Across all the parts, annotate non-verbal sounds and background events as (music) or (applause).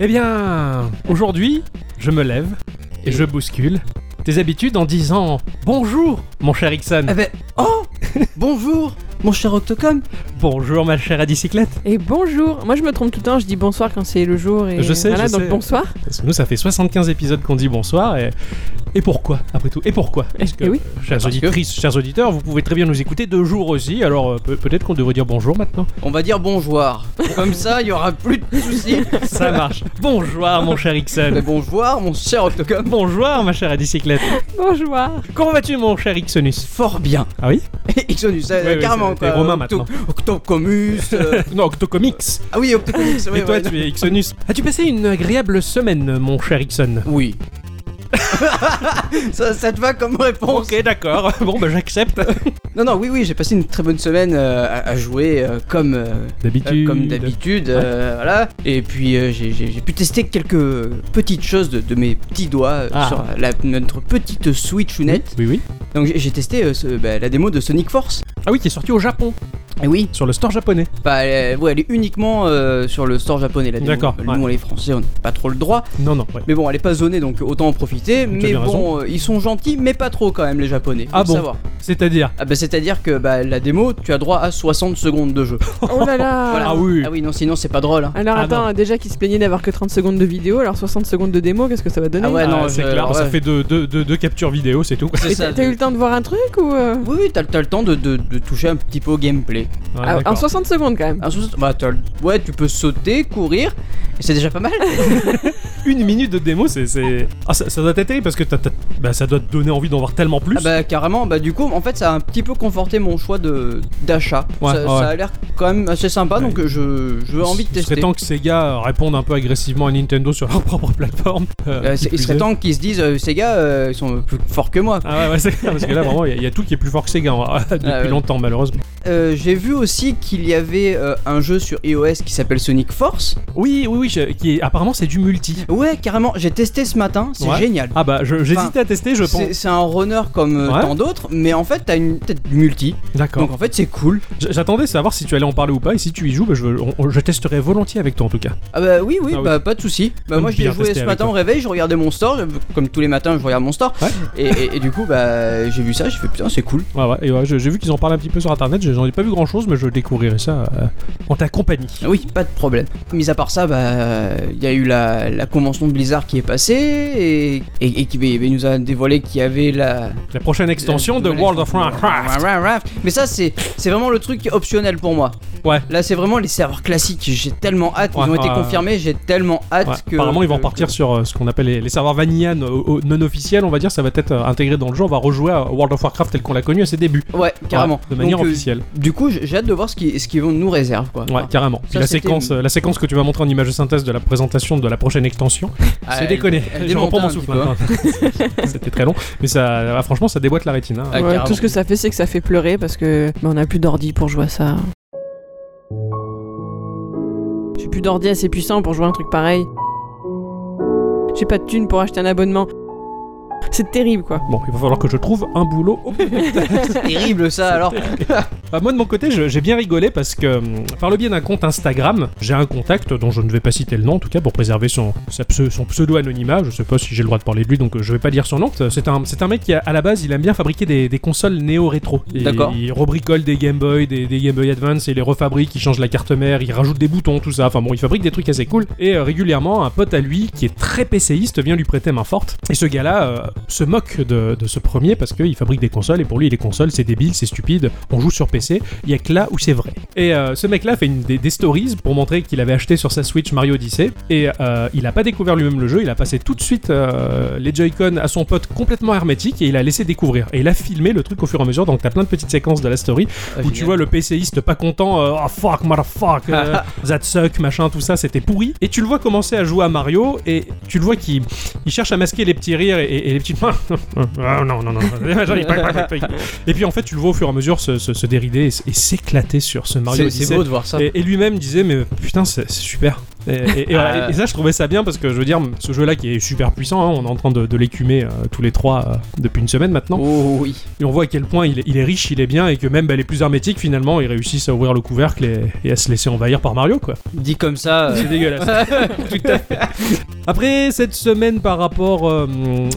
Eh bien, aujourd'hui, je me lève et je bouscule tes habitudes en disant Bonjour, mon cher Ixon. Eh ben, oh Bonjour, mon cher Octocom Bonjour, ma chère Adicyclette. Et bonjour Moi je me trompe tout le temps, je dis bonsoir quand c'est le jour et Je sais, voilà, je donc sais. bonsoir. Parce que nous, ça fait 75 épisodes qu'on dit bonsoir et. Et pourquoi, après tout Et pourquoi Parce que, Eh oui. euh, chères Parce que- auditrices, chers auditeurs, vous pouvez très bien nous écouter deux jours aussi, alors euh, peut- peut-être qu'on devrait dire bonjour (laughs) maintenant. On va dire bonjour. Comme ça, il y aura plus de (laughs) soucis. Ça marche. bonjour, mon cher Mais Ixon. bonjour, mon cher Octocom. Bonjour, ma chère Adicyclette. Bonjour Comment vas-tu, mon cher Ixonus Fort bien. (laughs) Ah oui Ixonus, ça, Ouais, ouais, carrément c'est- quoi. t'es romain Octo- maintenant. (laughs) Octocomus. euh, Non, Octocomix. Ah oui, Octocomus. Et toi, tu es Ixonus. As-tu passé une agréable semaine, mon cher Ixon Oui. (laughs) ça, ça te va comme réponse Ok, d'accord. (laughs) Bon, bah j'accepte. Euh, Non, non, oui, oui, j'ai passé une très bonne semaine euh, à, à jouer euh, comme. euh, Euh, D'habitude. comme d'habitude, euh, voilà. Et puis euh, j'ai- j'ai j'ai pu tester quelques petites choses de, de mes petits doigts euh, Ah. sur la- notre petite Switch Unette. Oui, oui. Donc j'ai j'ai testé euh, ce- bah, la démo de Sonic Force. Ah oui, qui est sorti au Japon, Ah Et oui, sur le store japonais. bah, elle, est- ouais, elle est uniquement euh, sur le store japonais la démo. D'accord, Nous, ouais. on les Français, on n'a pas trop le droit. Non, non, ouais. Mais bon, elle est pas zonée, donc autant en profiter. Mais bien bon, raison. euh, ils sont gentils, mais pas trop quand même les Japonais. faut Ah le bon. savoir. C'est-à-dire Ah bah c'est-à-dire que bah, la démo, tu as droit à 60 secondes de jeu. Oh (laughs) là là Voilà. Ah oui. Ah oui, non, sinon c'est pas drôle. hein. Alors Ah attends, déjà qui se plaignait d'avoir que 30 secondes de vidéo, alors 60 secondes de démo, qu'est-ce que ça va donner Ah ouais, non, c'est je- clair, ouais. ça fait deux, deux- deux- deux captures vidéo, c'est tout. C'est Et ça, Ah, T'as t'as eu le temps de voir un truc ou... euh Ah, Oui, oui, t'as, t'as le temps de, de- de toucher un petit peu au gameplay. Ouais, Ah, En d'accord. 60 secondes quand même Un sou- bah, t'as le- ouais, tu peux sauter, courir, et c'est déjà pas mal. Une minute de démo, c'est. c'est- Ah, ça, ça doit être terrible parce que t'as- t'as- bah, ça doit te donner envie d'en voir tellement plus. Ah bah carrément, bah du coup, en fait, ça a un petit peu conforté mon choix de, d'achat. Ouais, ça, ouais. ça a l'air quand même assez sympa, Ouais. donc je, je veux envie de Il tester. serait temps que Sega répondent un peu agressivement à Nintendo sur leur (laughs) propre plateforme. Euh, Euh, qui c'est- il plus serait est. temps qu'ils se disent, euh, ces gars, euh, ils sont plus forts que moi. Ah ouais, ouais, c'est clair, parce que là, vraiment, il y, a- il y a tout qui est plus fort que Sega hein, (laughs) depuis Ah ouais. longtemps, malheureusement. Euh, j'ai vu aussi qu'il y avait euh, un jeu sur iOS qui s'appelle Sonic Force. Oui, oui, oui, je- qui est- apparemment, c'est du multi. Ouais, carrément, j'ai testé ce matin, c'est Ouais. génial. Ah bah, je- j'hésitais à tester, je c'est, pense. c'est un runner comme euh, Ouais. tant d'autres, mais en fait, t'as une tête multi. D'accord. Donc en fait, c'est cool. J- J'attendais de savoir si tu allais en parler ou pas, et si tu y joues, bah, je, on- on- je testerai volontiers avec toi en tout cas. Ah bah oui oui Ah oui. bah pas de souci. Bah Comme moi j'y ai bien joué testé ce avec matin toi. au réveil, je regardais mon store, je- comme tous les matins je regarde mon store Ouais. et, et- et du coup bah j'ai vu ça, j'ai fait putain c'est cool. Ouais, ouais, et ouais, je- j'ai vu qu'ils en parlent un petit peu sur internet, j'en ai pas vu grand chose, mais je découvrirai ça euh, en ta compagnie. Ah Oui, pas de problème. Mis à part ça, bah il y a eu la, la convention de Blizzard qui est passée et, et- et qui et- et nous a dévoilé qu'il y avait la La prochaine extension de World of Warcraft. Warcraft. Mais ça c'est c'est vraiment le truc optionnel pour moi. Ouais. Là c'est vraiment les serveurs classiques, j'ai tellement hâte, Ouais, ils ont été ouais, confirmés, j'ai tellement hâte Ouais, que apparemment, ils vont que- repartir sur euh, ce qu'on appelle les, les serveurs vanilla no- au- non officiels, on va dire, ça va être euh, intégré dans le jeu, on va rejouer à World of Warcraft tel qu'on l'a connu à ses débuts. Ouais, carrément. Ouais, de manière Donc, euh, officielle. Du coup, j'ai j'ai hâte de voir ce qu'ils ce qu'ils vont nous réserver quoi. Ouais, carrément. Puis la, Ah. c'était- séquence, euh, la séquence que tu vas montrer en image de synthèse de la présentation de la prochaine extension, Ah, c'est elle- déconné. (laughs) elle Je démonte reprends un mon petit souffle. peu, hein. maintenant. (laughs) C'était très long, mais ça, ah, franchement, ça déboîte la rétine. hein. Ah, Ouais, carrément. Tout ce que ça fait c'est que ça fait pleurer parce que bah, on a plus d'ordi pour jouer à ça. J'ai plus d'ordi assez puissant pour jouer à un truc pareil. J'ai pas de thune pour acheter un abonnement. C'est terrible quoi. Bon, il va falloir que je trouve un boulot au C'est terrible ça alors. Bah, moi de mon côté, je- j'ai bien rigolé parce que hum, par le biais d'un compte Instagram, j'ai un contact dont je ne vais pas citer le nom en tout cas pour préserver son, sa pse- son pseudo anonymat. Je sais pas si j'ai le droit de parler de lui donc euh, je vais pas dire son nom. C'est un, c'est un mec qui a- à la base il aime bien fabriquer des, des consoles néo rétro. Et D'accord. Il rebricole des Game Boy, des, des Game Boy Advance et les refabrique. Il change la carte mère, il rajoute des boutons, tout ça. Enfin bon, il fabrique des trucs assez cool. Et euh, régulièrement, un pote à lui qui est très PCiste vient lui prêter main forte. Et ce gars-là euh, se moque de, de ce premier parce qu'il fabrique des consoles et pour lui les consoles c'est débile, c'est stupide. On joue sur PC. Il y a que là où c'est vrai. Et euh, ce mec-là fait une, des, des stories pour montrer qu'il avait acheté sur sa Switch Mario Odyssey et euh, il a pas découvert lui-même le jeu. Il a passé tout de suite euh, les Joy-Con à son pote complètement hermétique et il a laissé découvrir. Et il a filmé le truc au fur et à mesure. Donc t'as plein de petites séquences de la story Ah, où tu vois le PCiste pas content, euh, oh fuck, motherfuck, (laughs) euh, that suck, machin, tout ça, c'était pourri. Et tu le vois commencer à jouer à Mario et tu le vois qu'il il cherche à masquer les petits rires et, et les petites mains. (laughs) Ah, non, non, (laughs) non, non. J'arrive pas, Et puis en fait, tu le vois au fur et à mesure se, se- se dérider et, s- et s'éclater sur ce Mario C'est- C'est Odyssey. beau de voir ça. Et, et lui-même disait mais putain c'est c'est super Et, et- et Euh. voilà. Et- et ça, je trouvais ça bien parce que je veux dire, ce jeu-là qui est super puissant, hein, on est en train de, de l'écumer euh, tous les trois euh, depuis une semaine maintenant. Oh oui. Et on voit à quel point il est, il est riche, il est bien, et que même bah, les plus hermétiques, finalement, ils réussissent à ouvrir le couvercle et, et à se laisser envahir par Mario, quoi. Dit comme ça. (laughs) euh, C'est dégueulasse. (laughs) Tout à fait. Après cette semaine par rapport euh,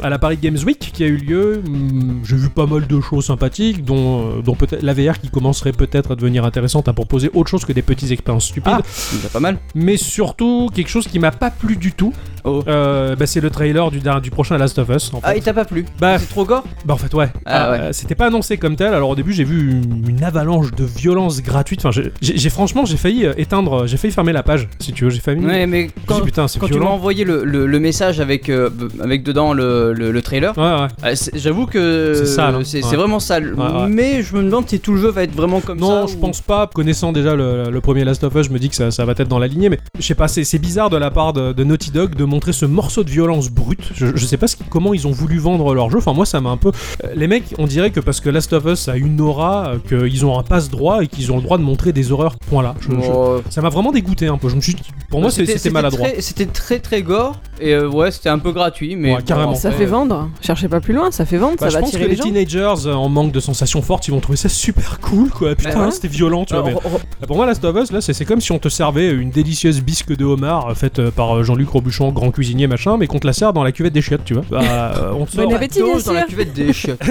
à la Paris Games Week qui a eu lieu, hum, j'ai vu pas mal de choses sympathiques, dont, euh, dont peut-être la VR qui commencerait peut-être à devenir intéressante à proposer autre chose que des petites expériences stupides. Ah. déjà pas mal. Mais surtout quelque chose qui m'a pas plu du tout, Oh. euh, bah, c'est le trailer du, dernier- du prochain Last of Us. En fait. Ah, il t'a pas plu Bah, C'est trop gore bah en fait ouais, Ah ouais. Euh, c'était pas annoncé comme tel. Alors au début j'ai vu une, une avalanche de violence gratuite. Enfin j'ai- j'ai j'ai- franchement j'ai failli euh, éteindre, j'ai failli fermer la page si tu veux. J'ai failli. Ouais, mais Je me suis quand, dit, putain c'est quand tu m'as violent. envoyé le, le- le message avec, euh, b- avec dedans le, le- le trailer, Ouais, ouais. euh, c'est- j'avoue que C'est sale, hein. c'est Ouais. c'est vraiment sale. Ouais, ouais. Mais je me demande si tout le jeu va être vraiment comme ça. Non, je ou- pense pas. Connaissant déjà le, le premier Last of Us, je me dis que ça, ça va être dans la lignée. Mais je sais pas, c'est c'est bizarre de la part de, de Naughty Dog de montrer ce morceau de violence brute. Je, je sais pas ce qui- comment ils ont voulu vendre leur jeu. Enfin, moi, ça m'a un peu. Euh, Les mecs, on dirait que parce que Last of Us a une aura, euh, qu'ils ont un passe droit et qu'ils ont le droit de montrer des horreurs. Point là. Je- je- Oh. Ça m'a vraiment dégoûté un peu. Je me suis dit, pour moi, c'est- C'était- c'était maladroit. très- C'était très très gore et euh, ouais, c'était un peu gratuit, mais Ouais, carrément. Ça après, fait euh, vendre. Cherchez pas plus loin, ça fait vendre, Bah, je ça va pense que attirer les les gens. teenagers euh, en manque de sensations fortes, ils vont trouver ça super cool quoi. Putain, Bah ouais. c'était violent, tu vois. Alors, mais- re- re- Ah, Pour moi, Last of Us, là, c'est c'est comme si on te servait une délicieuse bisque de homard euh, faite euh, par euh, Jean-Luc Robuchon, grand cuisinier, machin, mais qu'on te la sert dans la cuvette des chiottes, tu vois. Bah, euh, on te sort. Bon appétit, bien dose Ah, dans la sûr. cuvette (laughs) des chiottes.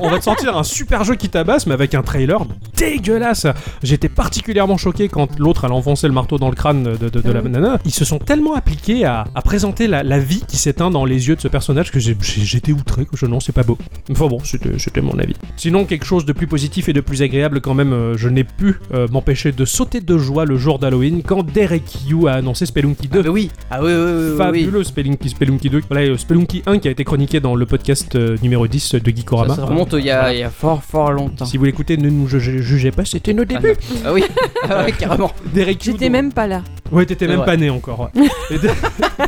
on va te sortir un super jeu qui tabasse, mais avec un trailer dégueulasse. J'étais particulièrement choqué quand l'autre allait enfoncer le marteau dans le crâne de, de- de la Ah oui. nana. Ils se sont tellement appliqués à, à présenter la, la vie qui s'éteint dans les yeux de ce personnage que j'ai- j'ai- j'étais outré. Que je non, c'est pas beau. Enfin bon, c'était c'était mon avis. Sinon, quelque chose de plus positif et de plus agréable quand même, euh, je n'ai pu euh, m'empêcher de sauter de joie le jour d'Halloween quand Derek Yu a annoncé Spelunky 2 Ah, bah oui, ah oui, oui, oui, oui, oui. fabuleux Spelunky, Spelunky 2. Voilà, euh, Spelunky 1 qui a été chroniqué dans le podcast euh, numéro 10 de Geekorama. Ça, ça remonte il y, a, il y a fort fort longtemps. Si vous l'écoutez, ne nous jugez, jugez pas, c'était nos débuts. Ah oui, ah ouais, carrément. Derek Yu, J'étais dont- même pas là. Ouais, t'étais C'est même vrai. pas né encore. ouais. Et, de- (laughs)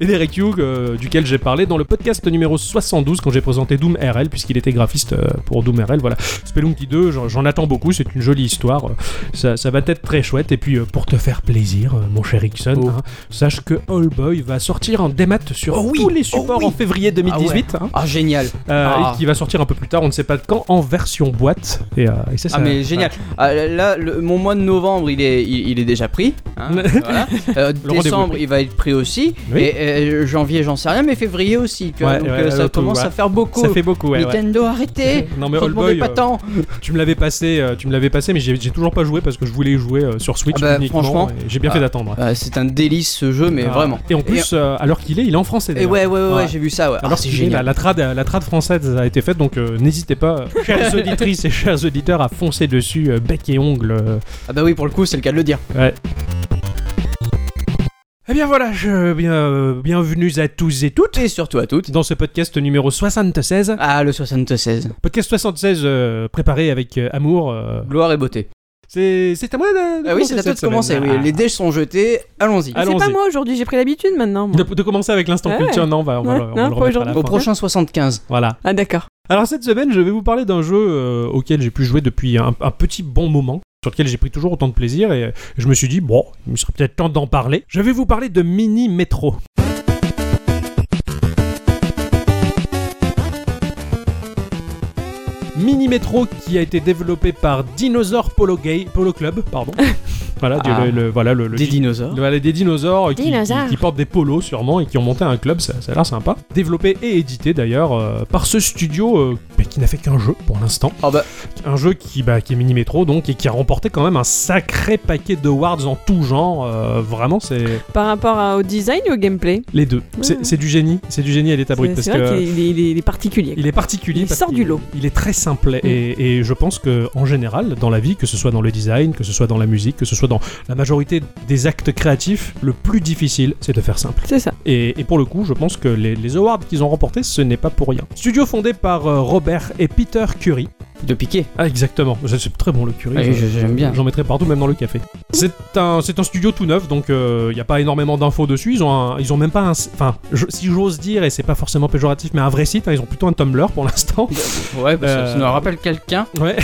Et Derek Yu, euh, duquel j'ai parlé dans le podcast numéro 72 quand j'ai présenté Doom RL, puisqu'il était graphiste euh, pour Doom RL. Voilà, Spelunky 2, j'en- j'en attends beaucoup, c'est une jolie histoire. euh, Ça, ça va être très chouette. Et puis, euh, pour te faire plaisir, euh, mon cher Ixon, Oh. hein, sache que All Boy va sortir en démat sur Oh oui, tous les oh supports oui. en février 2018. hein, Ah génial. euh, Ah. Et qui va sortir un peu plus tard, on ne sait pas quand, en version boîte. Et, euh, et ça, ça- Ah mais génial. Ah, là, le- mon mois de novembre, il est, il, il est déjà pris. hein, (laughs) voilà. Euh, rendez-vous décembre, est il va être pris aussi. Oui. Et euh, janvier, j'en sais rien, mais février aussi. Tu vois, Ouais, donc ouais, euh, ça ouais, commence ouais. à faire beaucoup. Ça fait beaucoup, ouais. ouais. Nintendo, arrêtez. Non (laughs) mais Vous en All demandez Boy, Eh, pas euh, tant. Tu me l'avais passé, euh, tu me l'avais passé, mais j'ai j'ai toujours pas joué parce que je voulais y jouer euh, sur Switch Ah bah, uniquement, franchement. et J'ai bien fait Ah. d'attendre. Euh, c'est un délice ce jeu, mais Ah. vraiment. Et en plus, euh, alors qu'il est, il est en français. Et d'ailleurs. ouais, ouais, ouais, Ouais. j'ai vu ça. Ouais. Alors Ah, c'est qu'il est, bah, La, génial. la trad, la trad française a été faite, donc euh, n'hésitez pas, (laughs) euh, chères auditrices et chers auditeurs, à foncer dessus, euh, bec et ongle. euh, Ah bah oui, pour le coup, c'est le cas de le dire. ouais. Eh bien voilà, je, bien, euh, bienvenue à tous et toutes Et surtout à toutes. dans ce podcast numéro 76. Ah, le 76. Podcast 76 euh, préparé avec euh, amour. euh, Gloire et beauté. c'est c'est à moi de, de Ah oui, c'est à toi cette de commencer. semaine. oui. Les dés sont jetés. Allons-y. Ah, C'est pas Allons-y. moi aujourd'hui, j'ai pris l'habitude maintenant. moi. De, de commencer avec l'instant Ouais. culture, non, on va, on va Ouais, le- on va le non, pas remettre à la aujourd'hui. fin. Au prochain 75. Voilà. Ah d'accord. Alors cette semaine, je vais vous parler d'un jeu euh, auquel j'ai pu jouer depuis un, un petit bon moment, sur lequel j'ai pris toujours autant de plaisir, et euh, je me suis dit, bon, il me serait peut-être temps d'en parler. Je vais vous parler de Mini Metro. Mini Metro qui a été développé par Dinosaur Polo, Gay- Polo Club, (laughs) pardon. voilà, Ah. le, le- voilà le, le Des dinosaures. voilà, des dinosaures qui, Dinosaures. qui- qui portent des polos sûrement et qui ont monté un club, ça, ça a l'air sympa. Développé et édité d'ailleurs euh, par ce studio euh, mais qui n'a fait qu'un jeu pour l'instant. Ah bah. Un jeu qui, bah, qui est mini métro donc et qui a remporté quand même un sacré paquet d'awards en tout genre. euh, vraiment, c'est Par rapport à- au design ou au gameplay les deux. C'est Ouais. c'est du génie, c'est du génie à l'état brut C'est parce c'est que. vrai qu'il est, il est- il est particulier. Il est particulier. Il parce sort qu'il- du lot. Mm. Il est très simple. Et, et je pense que en général, dans la vie, que ce soit dans le design, que ce soit dans la musique, que ce soit dans la majorité des actes créatifs, le plus difficile, c'est de faire simple. C'est ça. Et, et pour le coup, je pense que les, les awards qu'ils ont remportés, ce n'est pas pour rien. Studio fondé par euh, Robert et Peter Curie, de piquer. Ah, exactement. C'est- C'est très bon le curry. Oui, je- Ah, je- j'aime bien. J'en mettrai partout, même dans le café. C'est un, c'est un studio tout neuf, donc il n'y a pas énormément d'infos dessus. Ils ont, un- ils ont même pas un. Enfin, je- si j'ose dire, et c'est pas forcément péjoratif, mais un vrai site, hein, ils ont plutôt un Tumblr pour l'instant. Ouais, bah, ça- Euh, ça nous rappelle quelqu'un. (laughs) Ouais,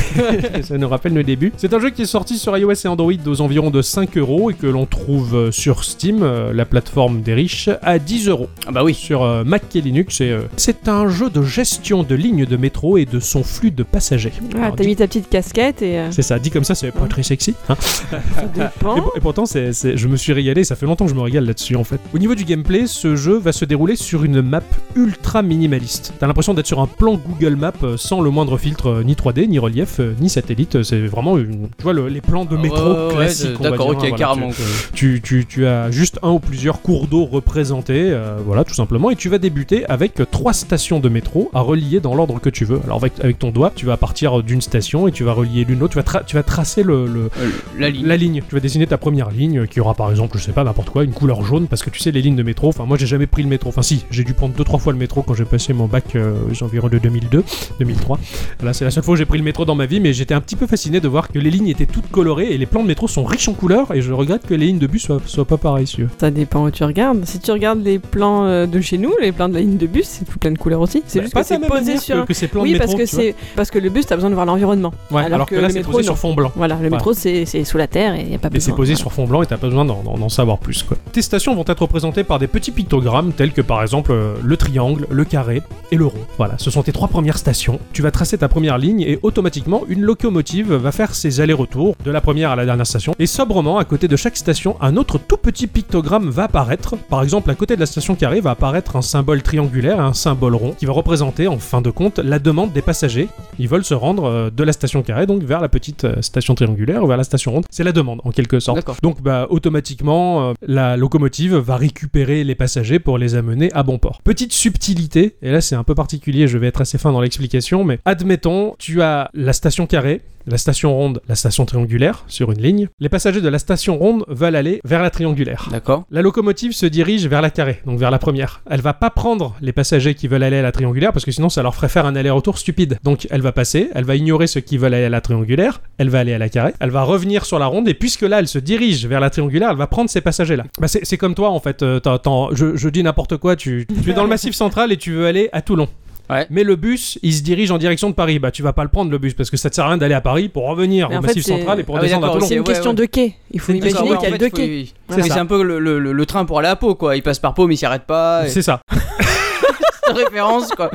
ça nous rappelle nos débuts. C'est un jeu qui est sorti sur iOS et Android aux environs de 5 euros et que l'on trouve euh, sur Steam, euh, la plateforme des riches, à 10 euros Ah bah oui. sur euh, Mac et Linux. et, euh, c'est un jeu de gestion de lignes de métro et de son flux de passagers. Ah, Alors, t'as dit- mis ta petite casquette et euh, C'est ça, dit comme ça, c'est pas très sexy. hein. ça dépend. Et, Oh. pour- et pourtant, c'est- c'est- je me suis régalé, ça fait longtemps que je me régale là-dessus en fait. Au niveau du gameplay, ce jeu va se dérouler sur une map ultra minimaliste. T'as l'impression d'être sur un plan Google Maps euh, sans le moindre filtre, euh, ni 3D, ni relief, euh, ni satellite. euh, C'est vraiment, une- tu vois, le- les plans de Ah, métro ouais, ouais, classiques. ouais, on va D'accord, dire, ok, hein, voilà, carrément. quoi. tu, tu- tu as juste un ou plusieurs cours d'eau représentés, euh, voilà, tout simplement, et tu vas débuter avec euh, trois stations de métro à relier dans l'ordre que tu veux. Alors avec, avec ton doigt, tu vas partir d'une station et tu vas relier l'une l'autre, tu, vas tra- tu vas tracer le- le, Euh, la ligne. la ligne. Tu vas dessiner ta première ligne euh, qui aura par exemple, je sais pas, n'importe quoi, une couleur jaune parce que tu sais, les lignes de métro. Enfin, moi j'ai jamais pris le métro. Enfin, si, j'ai dû prendre deux trois fois le métro quand j'ai passé mon bac euh, aux environs de 2002, 2003. Voilà, c'est la seule fois où j'ai pris le métro dans ma vie, mais j'étais un petit peu fasciné de voir que les lignes étaient toutes colorées et les plans de métro sont riches en couleurs. Et je regrette que les lignes de bus soient, soient pas pareilles. si tu veux. Ça dépend où tu regardes. Si tu regardes les plans euh, de chez nous, les plans de la ligne de bus, c'est tout plein de couleurs aussi. C'est Bah, juste pas que de la c'est même posé manière sur que- un- que ces plans Oui, de métro. parce que tu vois. c'est parce que le bus, t'as besoin de voir l'environnement. Ouais, alors, que, là, c'est posé sur fond blanc. Voilà, le Ouais. métro, c'est c'est sous la terre et y a pas Mais c'est besoin. posé sur fond blanc et t'as pas besoin d'en- d'en d'en savoir plus quoi. Tes stations vont être représentées par des petits pictogrammes tels que par exemple euh, le triangle, le carré et le rond. Voilà, ce sont tes trois premières stations. Tu vas tracer ta première ligne et automatiquement une locomotive va faire ses allers-retours de la première à la dernière station. Et sobrement, à côté de chaque station, un autre tout petit pictogramme va apparaître. Par exemple, à côté de la station carré va apparaître un symbole triangulaire et un symbole rond qui va représenter en fin de compte la demande des passagers ils veulent se rendre euh, de la station carrée, donc vers la petite euh, station triangulaire ou vers la station ronde. C'est la demande, en quelque sorte. D'accord. Donc, bah, automatiquement, euh, la locomotive va récupérer les passagers pour les amener à bon port. Petite subtilité, et là c'est un peu particulier, je vais être assez fin dans l'explication, mais admettons, tu as la station carrée, la station ronde, la station triangulaire sur une ligne. Les passagers de la station ronde veulent aller vers la triangulaire. D'accord. La locomotive se dirige vers la carrée, donc vers la première. Elle va pas prendre les passagers qui veulent aller à la triangulaire parce que sinon ça leur ferait faire un aller-retour stupide. Donc elle va passer, elle va ignorer ceux qui veulent aller à la triangulaire, elle va aller à la carrée, elle va revenir sur la ronde et puisque là elle se dirige vers la triangulaire, elle va prendre ces passagers-là. Bah c'est c'est comme toi en fait, euh, t'en- t'en- je, je dis n'importe quoi, tu, tu es dans le massif central et tu veux aller à Toulon. Ouais. Mais le bus, il se dirige en direction de Paris. Bah, tu vas pas le prendre le bus parce que ça te sert à rien d'aller à Paris pour revenir Mais au en fait, massif c'est- central et pour Ah oui, descendre à d'accord, Toulon. C'est une Ouais, question ouais. de quai. Il faut C'est une D'accord, imaginer ouais, question- qu'il y en fait, a deux faut- quais. oui, oui. C'est Mais ça. C'est un peu le, le- le- le train pour aller à Pau, quoi. Il passe par Pau, mais il s'arrête pas. et- C'est ça. Cette (laughs) référence, quoi.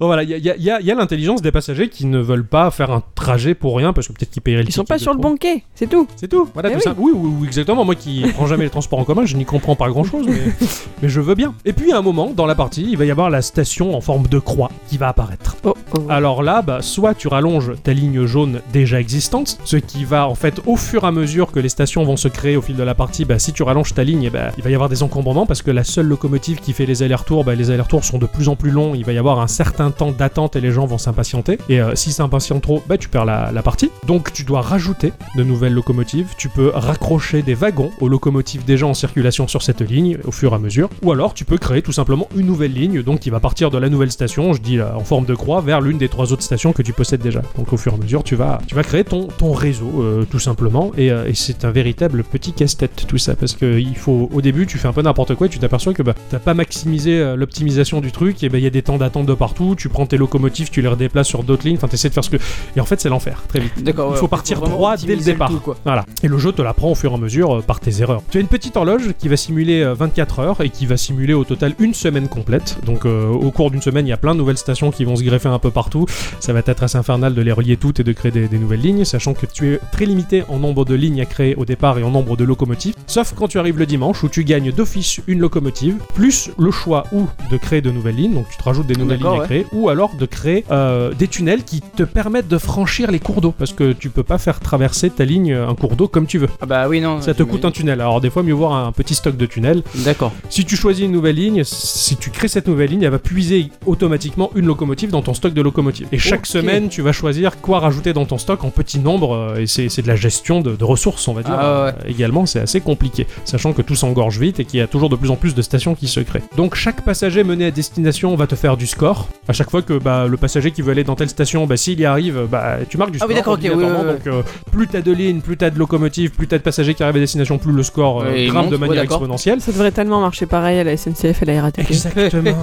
Bon voilà, il y a, il y a- il y a- il y a l'intelligence des passagers qui ne veulent pas faire un trajet pour rien parce que peut-être qu'ils paieraient le Ils sont ticket pas de sur le trop. bon quai, c'est tout. C'est tout, voilà Mais tout oui. simple. Oui, oui, oui, exactement. Moi qui prends jamais les transports en commun, je n'y comprends pas grand chose, mais, (laughs) mais je veux bien. Et puis à un moment, dans la partie, il va y avoir la station en forme de croix qui va apparaître. Oh, oh. Alors là, bah, soit tu rallonges ta ligne jaune déjà existante, ce qui va en fait au fur et à mesure que les stations vont se créer au fil de la partie, bah, si tu rallonges ta ligne, eh ben, il va y avoir des encombrements parce que la seule locomotive qui fait les allers-retours, bah, les allers-retours sont de plus en plus longs, il va y avoir un certain temps d'attente et les gens vont s'impatienter. Et euh, si s'impatientent trop, bah, tu perds la, la partie. Donc tu dois rajouter de nouvelles locomotives, tu peux raccrocher des wagons aux locomotives déjà en circulation sur cette ligne au fur et à mesure, ou alors tu peux créer tout simplement une nouvelle ligne, donc qui va partir de la nouvelle station, je dis là, en forme de croix, vers l'une des trois autres stations que tu possèdes déjà. Donc au fur et à mesure, tu vas, tu vas créer ton, ton réseau, euh, tout simplement, et, euh, et c'est un véritable petit casse-tête tout ça, parce que il faut, au début, tu fais un peu n'importe quoi et tu t'aperçois que bah, t'as pas maximisé euh, l'optimisation du truc, et bah, il y a des temps d'attente de partout, tu prends tes locomotives, tu les redéplaces sur d'autres lignes, enfin t'essaies de faire ce que... Et en fait, c'est l'enfer, très vite. D'accord. Il ouais, faut partir vraiment droit dès le optimiser départ. tout, quoi. Voilà. Et le jeu te l'apprend au fur et à mesure euh, par tes erreurs. Tu as une petite horloge qui va simuler euh, 24 heures et qui va simuler au total une semaine complète. Donc euh, au cours d'une semaine, il y a plein de nouvelles stations qui vont se greffer un peu partout. Ça va être assez infernal de les relier toutes et de créer des, des nouvelles lignes, sachant que tu es très limité en nombre de lignes à créer au départ et en nombre de locomotives. Sauf quand tu arrives le dimanche où tu gagnes d'office une locomotive, plus le choix ou de créer de nouvelles lignes, donc tu te rajoutes des nouvelles lignes D'accord, à ouais. créer, ou alors de créer euh, des tunnels qui te permettent de franchir les cours d'eau, parce que tu peux pas faire traverser ta ligne euh, un cours d'eau comme tu veux. Ah bah oui, non. Ça te coûte un tunnel. Alors des fois, mieux voir un petit stock de tunnels. D'accord. Si tu choisis une nouvelle ligne, si tu crées cette nouvelle ligne, elle va puiser automatiquement une locomotive dans ton stock de locomotives. Et chaque Ok. semaine, tu vas choisir quoi rajouter dans ton stock en petit nombre. euh, Et c'est c'est de la gestion de, de ressources, on va dire. Ah ouais, ouais. Euh, Également, c'est assez compliqué, sachant que tout s'engorge vite et qu'il y a toujours de plus en plus de stations qui se créent. Donc chaque passager mené à destination station, on va te faire du score. À chaque fois que bah, le passager qui veut aller dans telle station, bah, s'il y arrive, bah, tu marques du Ah score. oui, d'accord, ok, oui, obligatoirement. oui, oui. Donc, euh, plus t'as de lignes, plus t'as de locomotives, plus t'as de passagers qui arrivent à destination, plus le score euh, Ouais, il grimpe monte, de ouais, manière d'accord. exponentielle. Ça devrait tellement marcher pareil à la SNCF et la RATP. Exactement.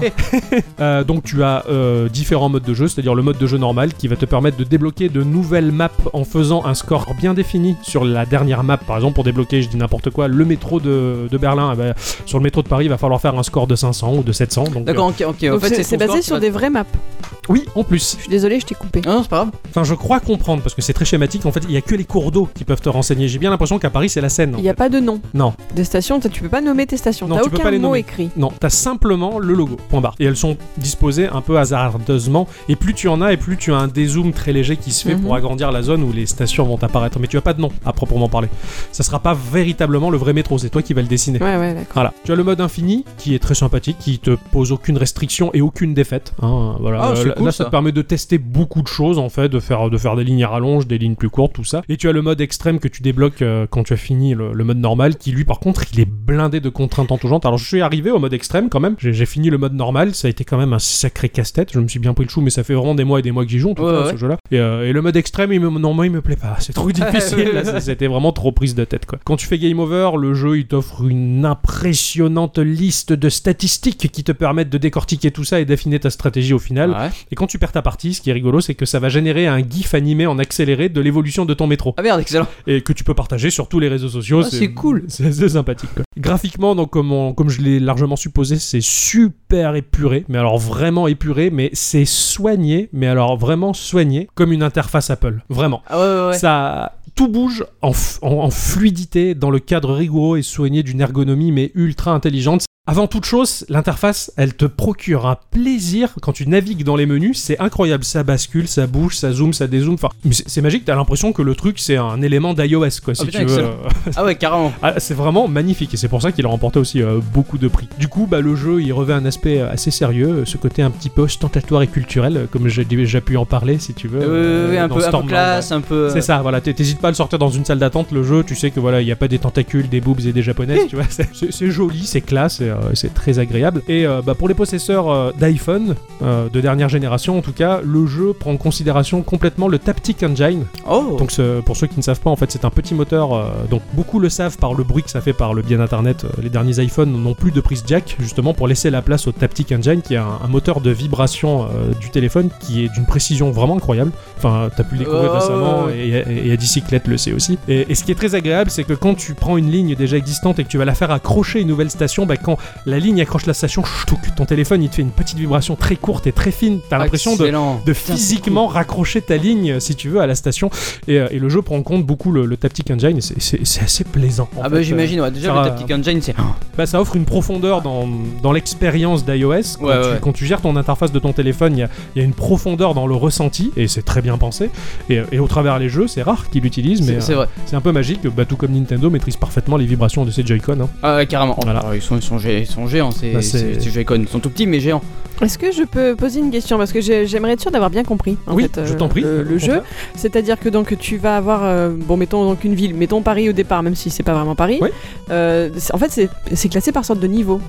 Euh, donc tu as euh, différents modes de jeu, c'est-à-dire le mode de jeu normal qui va te permettre de débloquer de nouvelles maps en faisant un score bien défini sur la dernière map. Par exemple, pour débloquer, je dis n'importe quoi, le métro de, de Berlin, eh ben, sur le métro de Paris, il va falloir faire un score de 500 ou de 700. Donc, D'accord, ok, ok. En Donc fait, ton c'est- c'est score basé qui sur va- des vraies maps. euh, oui, en plus. Je suis désolée, je t'ai Ah, coupé. Non, non, c'est pas grave. Enfin, je crois comprendre parce que c'est très schématique. En fait, il n'y a que les cours d'eau qui peuvent te renseigner. J'ai bien l'impression qu'à Paris, c'est la Seine. en Il n'y a fait. pas de nom. Non. Des stations, t'as- tu peux pas nommer tes stations. Non, T'as tu peux aucun pas les mot nommer. écrit. Non, t'as simplement le logo, point barre. Et elles sont disposées un peu hasardeusement. Et plus tu en as, et plus tu as un dézoom très léger qui se fait Mhm. pour agrandir la zone où les stations vont apparaître. Mais tu as pas de nom, à proprement parler. Ça sera pas véritablement le vrai métro, c'est toi qui vas le dessiner. Ouais, ouais, d'accord. Voilà. Tu as le mode infini qui est très sympathique, qui te pose aucune restriction et aucune défaite. hein, voilà. Ah, Euh, c'est là, cool, là, ça ça. te permet de tester beaucoup de choses en fait, de faire, de faire des lignes à rallonge, des lignes plus courtes, tout ça. Et tu as le mode extrême que tu débloques euh, quand tu as fini le, le mode normal, qui lui par contre il est blindé de contraintes en tout genre. Alors je suis arrivé au mode extrême quand même. J'ai j'ai fini le mode normal, ça a été quand même un sacré casse-tête. Je me suis bien pris le chou, mais ça fait vraiment des mois et des mois que j'y joue en tout Ouais, cas, ouais. ce jeu-là. Et, euh, et le mode extrême, il me, non moi il me plaît pas. C'est (laughs) trop difficile. là, c'est- c'était vraiment trop prise de tête quoi. Quand tu fais game over, le jeu il t'offre une impressionnante liste de statistiques qui te permettent de décortiquer tout ça et d'affiner ta stratégie au final. Ouais. Et quand tu perds ta partie, ce qui est rigolo, c'est que ça va générer un gif animé en accéléré de l'évolution de ton métro Ah merde, excellent. et que tu peux partager sur tous les réseaux sociaux. Ah, c'est cool. (laughs) C'est c'est sympathique. quoi. Graphiquement, donc, comme, on- comme je l'ai largement supposé, c'est super épuré, mais alors vraiment épuré, mais c'est soigné, mais alors vraiment soigné, comme une interface Apple. Vraiment. Ah ouais, ouais, ouais. Ça, tout bouge en, f- en- en fluidité, dans le cadre rigoureux et soigné d'une ergonomie, mais ultra intelligente. Avant toute chose, l'interface, elle te procure un plaisir quand tu navigues dans les menus. C'est incroyable, ça bascule, ça bouge, ça zoome, ça dézoome. Enfin, mais c'est c'est magique. T'as l'impression que le truc, c'est un élément d'iOS, quoi, si putain, tu veux. excellent. Ah ouais, carrément. Ah, c'est vraiment magnifique et c'est pour ça qu'il a remporté aussi euh, beaucoup de prix. Du coup, bah, le jeu il revêt un aspect euh, assez sérieux, euh, ce côté un petit peu ostentatoire et culturel, euh, comme j'ai j'ai pu en parler si tu veux. Ouais, euh, ouais, ouais, un dans peu, un peu Stormland, ouais. classe, un peu. C'est ça, voilà, t'hé- t'hésites pas à le sortir dans une salle d'attente, le jeu, tu sais que voilà, il n'y a pas des tentacules, des boobs et des japonaises, tu vois, (laughs) c'est- c'est c'est joli, c'est classe, et, euh, c'est très agréable. Et euh, bah, pour les possesseurs euh, d'iPhone, euh, de dernière génération en tout cas, le jeu prend en considération complètement le Taptic Engine, Oh. donc ce- pour ceux qui ne savent pas, en fait, c'est un petit moteur. euh, donc beaucoup le savent par le bruit que ça fait par le bien internet. Euh, les derniers iPhones n'ont plus de prise jack, justement pour laisser la place au Taptic Engine, qui est un, un moteur de vibration euh, du téléphone qui est d'une précision vraiment incroyable. Enfin, t'as pu le découvrir Ouais, récemment ouais, et, et, et Adicyclette le sait aussi. Et, et ce qui est très agréable, c'est que quand tu prends une ligne déjà existante et que tu vas la faire accrocher une nouvelle station, bah, quand la ligne accroche la station, ch'touk, ton téléphone il te fait une petite vibration très courte et très fine. Ah, T'as l'impression de Excellent. de Putain, c'est physiquement raccrocher ta ligne, euh, si tu veux, à la station. Et, euh, et le jeu prend en compte beaucoup le, le Taptic Engine, et c'est- c'est c'est assez plaisant. en Ah fait. bah j'imagine, ouais. Déjà, ça le va- Taptic Engine, c'est. Euh, bah, ça offre une profondeur dans, dans l'expérience d'iOS. Quand, Ouais, tu- ouais. quand tu gères ton interface de ton téléphone, il y a, il y a une profondeur dans le ressenti, et c'est très bien pensé. Et, euh, et au travers les jeux, c'est rare qu'ils l'utilisent, mais C'est euh, c'est vrai. c'est un peu magique. Bah, tout comme Nintendo maîtrise parfaitement les vibrations de ses Joy-Con. hein. Ah ouais, carrément. Oh, Voilà. ouais, ils, sont, ils, sont, gé- ils sont géants, c'est. Bah, c'est- c'est c'est Joy-Con. Ils sont tout petits mais géants. Est-ce que je peux poser une question Parce que j'ai- j'aimerais être sûr d'avoir bien compris. en Oui, fait, euh, je t'en prie. Le, le Au jeu. contraire. C'est-à-dire que donc tu vas avoir, euh, bon, mettons donc une ville, mettons Paris au départ, même si c'est pas vraiment Paris. Oui. Euh, c'est- en fait, c'est- c'est classé par sorte de niveau.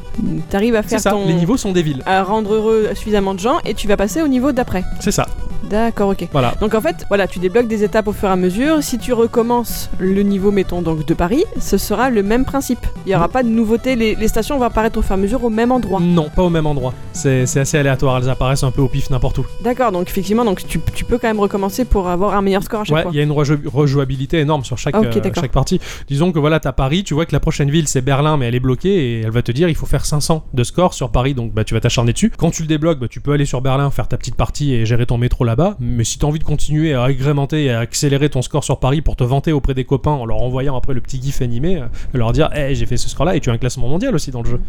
T'arrives à C'est faire ça, ton. les niveaux sont des villes. à rendre heureux suffisamment de gens et tu vas passer au niveau d'après. C'est ça, D'accord, ok. voilà. Donc en fait, voilà, tu débloques des étapes au fur et à mesure. Si tu recommences le niveau, mettons donc de Paris, ce sera le même principe. Il n'y aura Mm. pas de nouveauté. Les, les stations vont apparaître au fur et à mesure au même endroit. Non, pas au même endroit. C'est c'est assez aléatoire, elles apparaissent un peu au pif n'importe où. D'accord, donc effectivement, donc tu, tu peux quand même recommencer pour avoir un meilleur score à chaque Ouais, fois. il y a une rejou- rejouabilité énorme sur chaque, Ah, ok, euh, d'accord. chaque partie. Disons que voilà, t'as Paris, tu vois que la prochaine ville c'est Berlin, mais elle est bloquée et elle va te dire il faut faire 500 de score sur Paris, donc bah, tu vas t'acharner dessus. Quand tu le débloques, bah, tu peux aller sur Berlin, faire ta petite partie et gérer ton métro là-bas. Mais si t'as envie de continuer à agrémenter et à accélérer ton score sur Paris pour te vanter auprès des copains en leur envoyant après le petit gif animé, euh, et leur dire hey, j'ai fait ce score là et tu as un classement mondial aussi dans le jeu.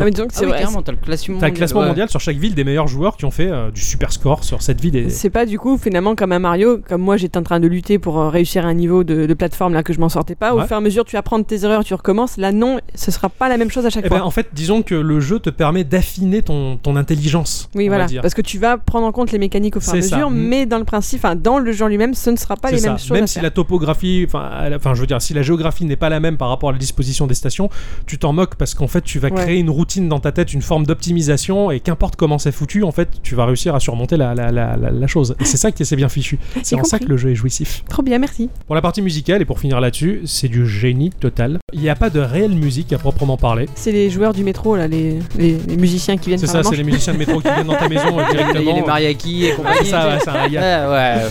Ah, mais disons que Ah c'est oui, vrai. carrément, t'as le classement. T'as un classement ouais. mondial sur chaque ville des meilleurs joueurs qui ont fait euh, du super score sur cette ville. Et... C'est pas du coup finalement comme un Mario, comme moi j'étais en train de lutter pour euh, réussir un niveau de, de plateforme là que je m'en sortais pas. Au Ouais. fur et à mesure tu apprends de tes erreurs, tu recommences. Là non, ce sera pas la même chose à chaque Eh fois. ben, en fait, disons que le jeu te permet d'affiner ton, ton intelligence. oui on va voilà, Bah, dire. parce que tu vas prendre en compte les mécaniques au fur et à C'est mesure. ça. mesure, Mm. mais dans le principe, enfin dans le genre lui-même, ce ne sera pas C'est les ça. mêmes choses. Même à si faire. la topographie, enfin, à la- enfin, je veux dire, si la géographie n'est pas la même par rapport à la disposition des stations, tu t'en moques parce qu'en fait, tu vas Ouais. créer une routine dans ta tête, une forme d'optimisation, et qu'importe comment c'est foutu, en fait, tu vas réussir à surmonter la, la, la, la- la chose. Et c'est ça qui est c'est bien (laughs) fichu. C'est J'ai en ça compris. que le jeu est jouissif. Trop bien, merci. Pour la partie musicale, et pour finir là-dessus, c'est du génie total. Il n'y a pas de réelle musique à proprement parler. C'est les joueurs du métro là, les, les, les musiciens qui viennent C'est faire ça, la c'est manche. les musiciens de métro qui viennent dans ta maison (laughs) euh, Il y a les directement. mariachis et compagnie. C'est ça, ouais, c'est un- il y a- Ah, ouais.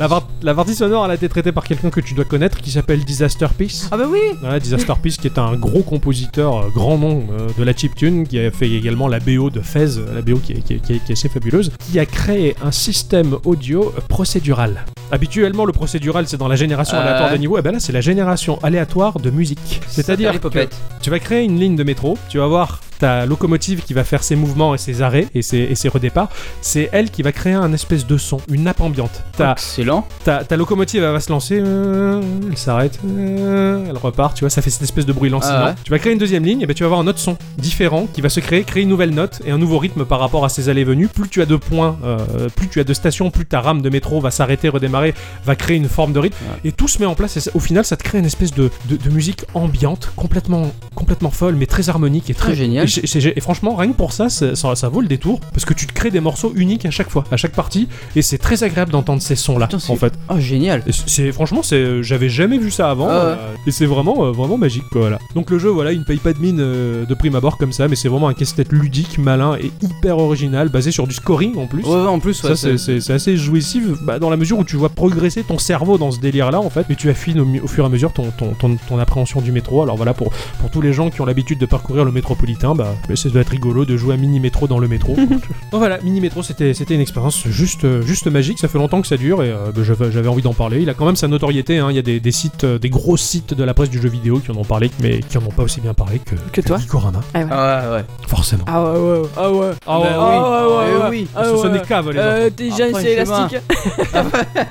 la, part- la partie sonore, elle a été traitée par quelqu'un que tu dois connaître qui s'appelle Disaster Peace. (laughs) Ah bah oui. Voilà, Disaster Peace qui est un gros compositeur, euh, grand nom euh, de la chiptune, qui a fait également la BO de Fez, euh, la BO qui est, qui est- qui est- qui est assez fabuleuse, qui a créé un système audio euh, procédural. Habituellement, le procédural, c'est dans la génération Ah aléatoire ouais. de niveau, et ben là, c'est la génération aléatoire de musique. Ça fait C'est-à-dire les que popettes. tu vas créer une ligne de métro, tu vas voir ta locomotive qui va faire ses mouvements et ses arrêts et ses, et ses redéparts, c'est elle qui va créer un espèce de son, une nappe ambiante. T'as- Excellent. ta, ta locomotive elle va se lancer, euh, elle s'arrête, euh, elle repart, tu vois, ça fait cette espèce de bruit lancinant. Ah ouais. Tu vas créer une deuxième ligne, et ben tu vas avoir un autre son différent qui va se créer, créer une nouvelle note et un nouveau rythme par rapport à ses allées-venues. Plus tu as de points, euh, plus tu as de stations, plus ta rame de métro va s'arrêter, redémarrer, va créer une forme de rythme. Et tout se met en place, et ça- au final, ça te crée une espèce de, de- de musique ambiante, complètement, complètement folle, mais très harmonique et très Très génial. et, c'est- c'est- et franchement, rien que pour ça, c'est- ça, ça vaut le détour, parce que tu te crées des morceaux uniques à chaque fois, à chaque partie, et c'est très agréable d'entendre ces sons-là, Putain, c'est- en fait. Oh, génial. Et c'est- C'est franchement, c'est j'avais jamais vu ça avant, Ah ouais. euh, et c'est vraiment euh, vraiment magique quoi. Voilà. Donc le jeu, voilà, il ne paye pas de mine euh, de prime abord comme ça, mais c'est vraiment un casse-tête ludique, malin et hyper original, basé sur du scoring en plus. Ouais, ouais, en plus, ouais, Ça, c'est- c'est c'est assez jouissif bah, dans la mesure où tu vois progresser ton cerveau dans ce délire-là, en fait, et tu affines au, mi- au fur et à mesure ton, ton, ton, ton appréhension du métro. Alors voilà, pour, pour tous les gens qui ont l'habitude de parcourir le métropolitain, bah, bah, ça doit être rigolo de jouer à mini-métro dans le (laughs) métro. Donc voilà, mini-métro, c'était c'était une expérience juste, euh, juste magique. Ça fait longtemps que ça dure et euh, bah, j'avais j'avais envie d'en parler. Il a quand même sa notoriété, hein. il y a des, des sites, euh, des gros sites de la presse du jeu vidéo qui en ont parlé, mais qui en ont pas aussi bien parlé que, Que toi. Gikorama, Ah, ouais, ouais. forcément. Ah ouais ouais ouais, ah ouais. Ah ouais, Ah ouais, ouais, Eh ouais. oui. Ah ce sont ouais. des caves, les enfants. Euh, t'es déjà Après, c'est je sais pas. élastique.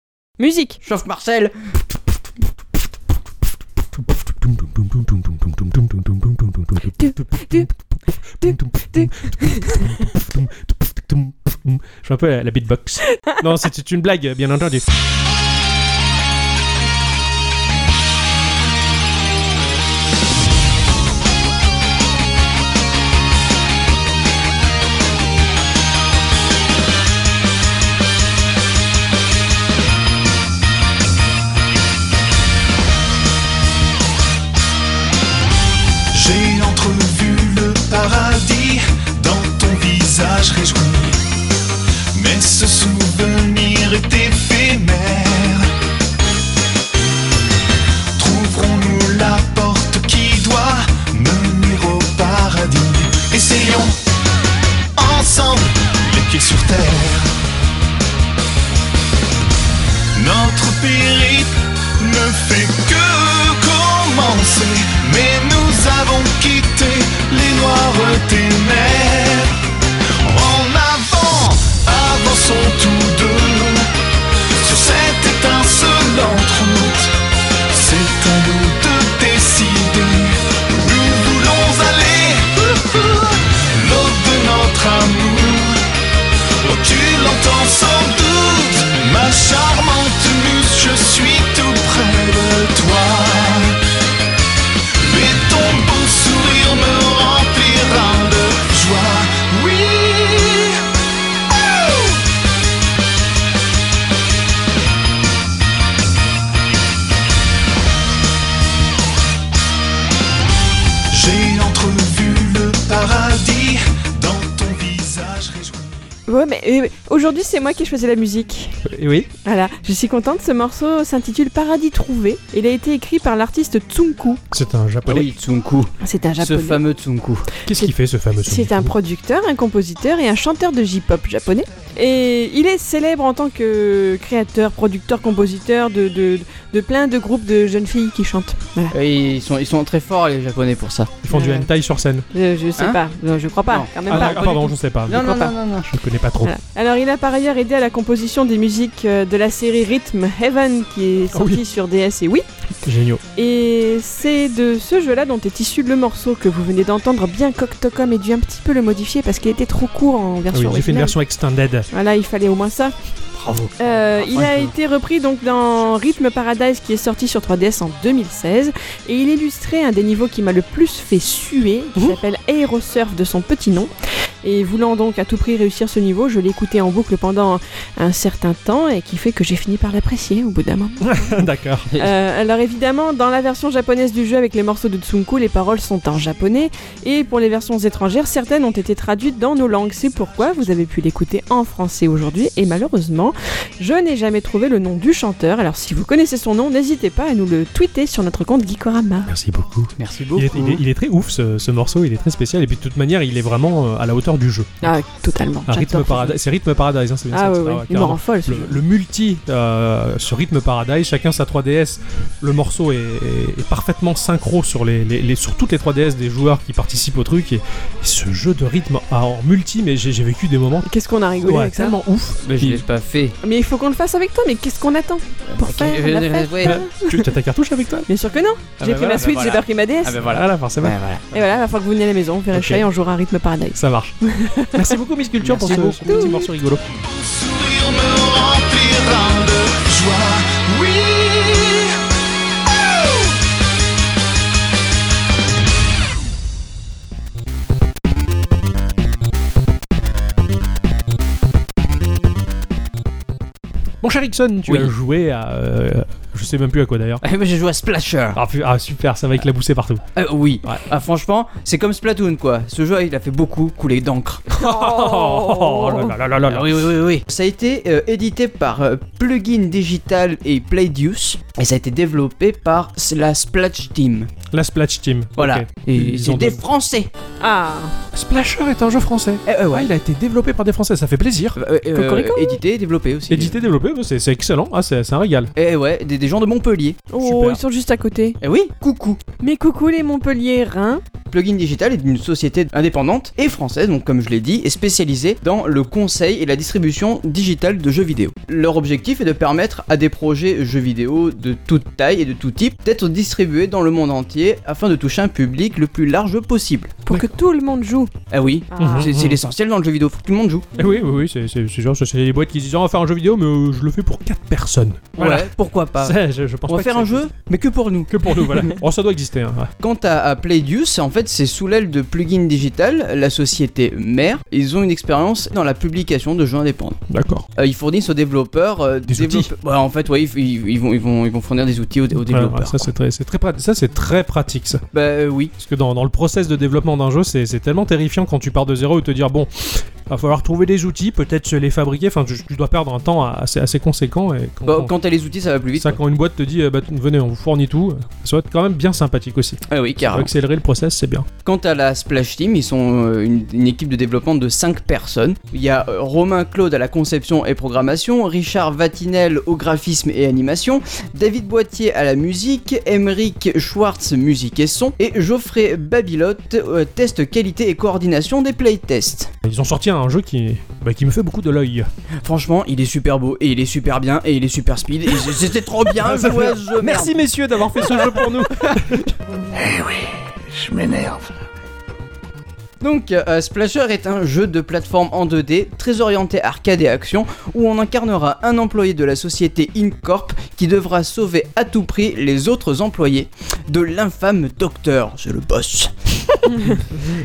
(laughs) Musique. Chauffe Marcel. Je suis un peu la, la (laughs) beatbox. Non, c'est- c'est une blague, bien entendu. J'ai entrevu le paradis dans ton visage réjoui. Mais ce souvenir est éphémère. Trouverons-nous la porte qui doit mener au paradis Essayons ensemble les pieds sur terre. Notre périple ne fait que commencer, mais nous avons quitté les noires ténèbres. En avant, avançons tous deux sur cette étincelante route. C'est à nous de décider. Nous voulons aller l'aube de notre amour. Oh, tu l'entends sans doute, ma charmante muse, je suis tout près de toi. Mais ton beau sourire me remplira de joie, oui. Oh J'ai entrevu le paradis dans ton visage réjoui. Ouais mais euh, aujourd'hui c'est moi qui choisis la musique. Et Eh oui. Voilà, je suis contente. Ce morceau s'intitule Paradis trouvé. Il a été écrit par l'artiste Tsunku. C'est un Ah japonais. oui, Tsunku. C'est un Ce japonais. fameux Tsunku. Qu'est-ce qu'il fait ce fameux son C'est un producteur, un compositeur et un chanteur de J-pop japonais. Et il est célèbre en tant que créateur, producteur, compositeur de, de, de plein de groupes de jeunes filles qui chantent. Voilà. Et ils sont, ils sont très forts, les Japonais, pour ça. Ils font du Euh, hentai sur scène. Je, je sais Hein pas, Non, je crois pas, Non. quand même Ah, pas. ah, pardon, je sais pas. Non, non, crois non, pas. non, non. Je connais pas trop. Voilà. Alors, il a par ailleurs aidé à la composition des musiques euh, de la série Rhythm Heaven qui est Ah oui. sortie sur DS et oui. Génial. Et c'est de ce jeu-là dont est issu le morceau que vous venez d'entendre, bien Coctocom et dû un petit peu le modifier parce qu'il était trop court en Ah version oui, j'ai fait une originale. version (laughs) extended. Voilà, il fallait au moins ça. Bravo. Euh, il a Franchement. été repris donc dans Rhythm Paradise qui est sorti sur 3DS en 2016 et il illustrait un des niveaux qui m'a le plus fait suer qui Ouh. s'appelle Aerosurf de son petit nom et voulant donc à tout prix réussir ce niveau je l'ai écouté en boucle pendant un certain temps et qui fait que j'ai fini par l'apprécier au bout d'un moment. D'accord. Euh, alors évidemment, dans la version japonaise du jeu avec les morceaux de Tsunku, les paroles sont en japonais, et pour les versions étrangères, certaines ont été traduites dans nos langues. C'est pourquoi vous avez pu l'écouter en français aujourd'hui, et malheureusement, je n'ai jamais trouvé le nom du chanteur. Alors si vous connaissez son nom, n'hésitez pas à nous le tweeter sur notre compte Geekorama. Merci beaucoup. Merci Il beaucoup. est, il est- il est très ouf ce, ce morceau, il est très spécial et puis de toute manière il est vraiment euh, à la hauteur du jeu. Ah, totalement. Un rythme j'adore ce Paradise- jeu. c'est Rythme Paradise, hein, c'est bien ça. Ah ouais, c'est ouais, ça, il me carrément. rend folle ce le, jeu. le multi euh, sur Rythme Paradise, chacun sa 3DS. Le morceau est, est- est parfaitement synchro sur, les, les- les- sur toutes les 3DS des joueurs qui participent au truc. Et, et ce jeu de rythme ah, en multi, mais j'ai j'ai vécu des moments Qu'est-ce qu'on a rigolé ouais, avec ça tellement ouf. Mais je l'ai pas fait. Mais il faut qu'on le fasse avec toi, mais qu'est-ce qu'on attend Pour Ok, faire la fête ouais. Ah, tu as ta cartouche avec toi Bien sûr que non Ah J'ai bah pris voilà, ma bah Switch, j'ai voilà. pas pris ma DS. Ah ben voilà. Voilà, là, forcément. Ouais, (laughs) voilà. Et voilà, il va falloir que vous veniez à la maison, on verra Ok. chat et on jouera à Rythme Paradise. Ça (laughs) marche. Merci beaucoup, Miss Culture, pour ce, Merci ce petit morceau rigolo. sourire me remplira de joie. Oui. Oh Mon cher Ixon, tu Oui. as joué à. euh, je sais même plus à quoi d'ailleurs. Ah, moi, j'ai joué à Splasher. Ah, pu- ah, super, ça va éclabousser partout. Euh, oui. Ouais. Ah, franchement, c'est comme Splatoon quoi. Ce jeu, il a fait beaucoup couler d'encre. (laughs) Oh là là là là là. Ah oui, oui, oui, oui. Ça a été euh, édité par euh, Plugin Digital et Playduce. Et ça a été développé par la Splatch Team. La Splatch Team. Voilà. Ok. Et Ils c'est ont des donné- Français. Ah Splasher est un jeu français. Eh, euh, Ah, ouais. il a été développé par des Français, ça fait plaisir. Euh, euh, Cocorico. édité et développé aussi. Ah. Édité, développé, bah, c'est c'est excellent. Ah, c'est c'est un régal. Eh ouais, des, des gens de Montpellier. Oh, Super. ils sont juste à côté. Eh oui, coucou. Mais coucou les Montpelliérains. Plugin Digital est une société indépendante et française, donc comme je l'ai dit, est spécialisée dans le conseil et la distribution digitale de jeux vidéo. Leur objectif est de permettre à des projets jeux vidéo de toute taille et de tout type d'être distribués dans le monde entier afin de toucher un public le plus large possible. pour que tout le monde joue. Ah oui, Mhm. Ah. c'est c'est l'essentiel dans le jeu vidéo, faut que tout le monde joue. Eh oui, oui, oui, c'est- c'est c'est genre, c'est les boîtes qui se disent on va faire un jeu vidéo, mais euh, je le fais pour 4 personnes. Voilà. Ouais, pourquoi pas. Ça, je, je pense On pas va que faire un c'est- jeu, mais que pour nous. que pour nous, (laughs) voilà. oh, ça doit exister. Hein, ouais. Quant à, à Playduce, en fait, c'est sous l'aile de Plugin Digital, la société mère. Ils ont une expérience dans la publication de jeux indépendants. D'accord. Euh, ils fournissent aux développeurs euh, Des développe- Ouais, en fait, ouais, ils, ils- ils vont, ils, vont, ils vont fournir des outils aux, aux Voilà, développeurs. ça, c'est très, c'est très, prat- ça, c'est très pratique, ça. bah euh, oui. Parce que dans, dans le process de développement d'un jeu, c'est c'est tellement terrifiant quand tu pars de zéro et te dire bon, va falloir trouver des outils, peut-être se les fabriquer. Enfin, tu, tu dois perdre un temps assez, assez conséquent. Et quand, Bah, quand- quand t'as les outils, ça va plus vite. ça, quand une boîte te dit euh, bah, t- venez, on vous fournit tout, euh, ça doit être quand même bien sympathique aussi. Ah oui, Pour carrément. accélérer le process, c'est bien. Quant à la Splash Team, ils sont euh, une, une équipe de développement de 5 personnes. Il y a euh, Romain Claude à la conception et programmation, Richard Vatinel au graphisme et animation, David Boitier à la musique, Emeric Schwartz musique et son, et Geoffrey Babilotte euh, test qualité et coordination des playtests. Ils ont sorti un jeu qui, bah, qui me fait beaucoup de (laughs) l'œil. Franchement, il est super beau, et il est super bien, et il est super speed, et c'est- c'était trop (laughs) bien Ça joué à fait- ce jeu, merde. Merci messieurs d'avoir fait ce jeu pour (laughs) nous. Je m'énerve. Donc, euh, Splasher est un jeu de plateforme en 2D, très orienté arcade et action, où on incarnera un employé de la société Incorp qui devra sauver à tout prix les autres employés de l'infâme docteur, c'est le boss. (laughs)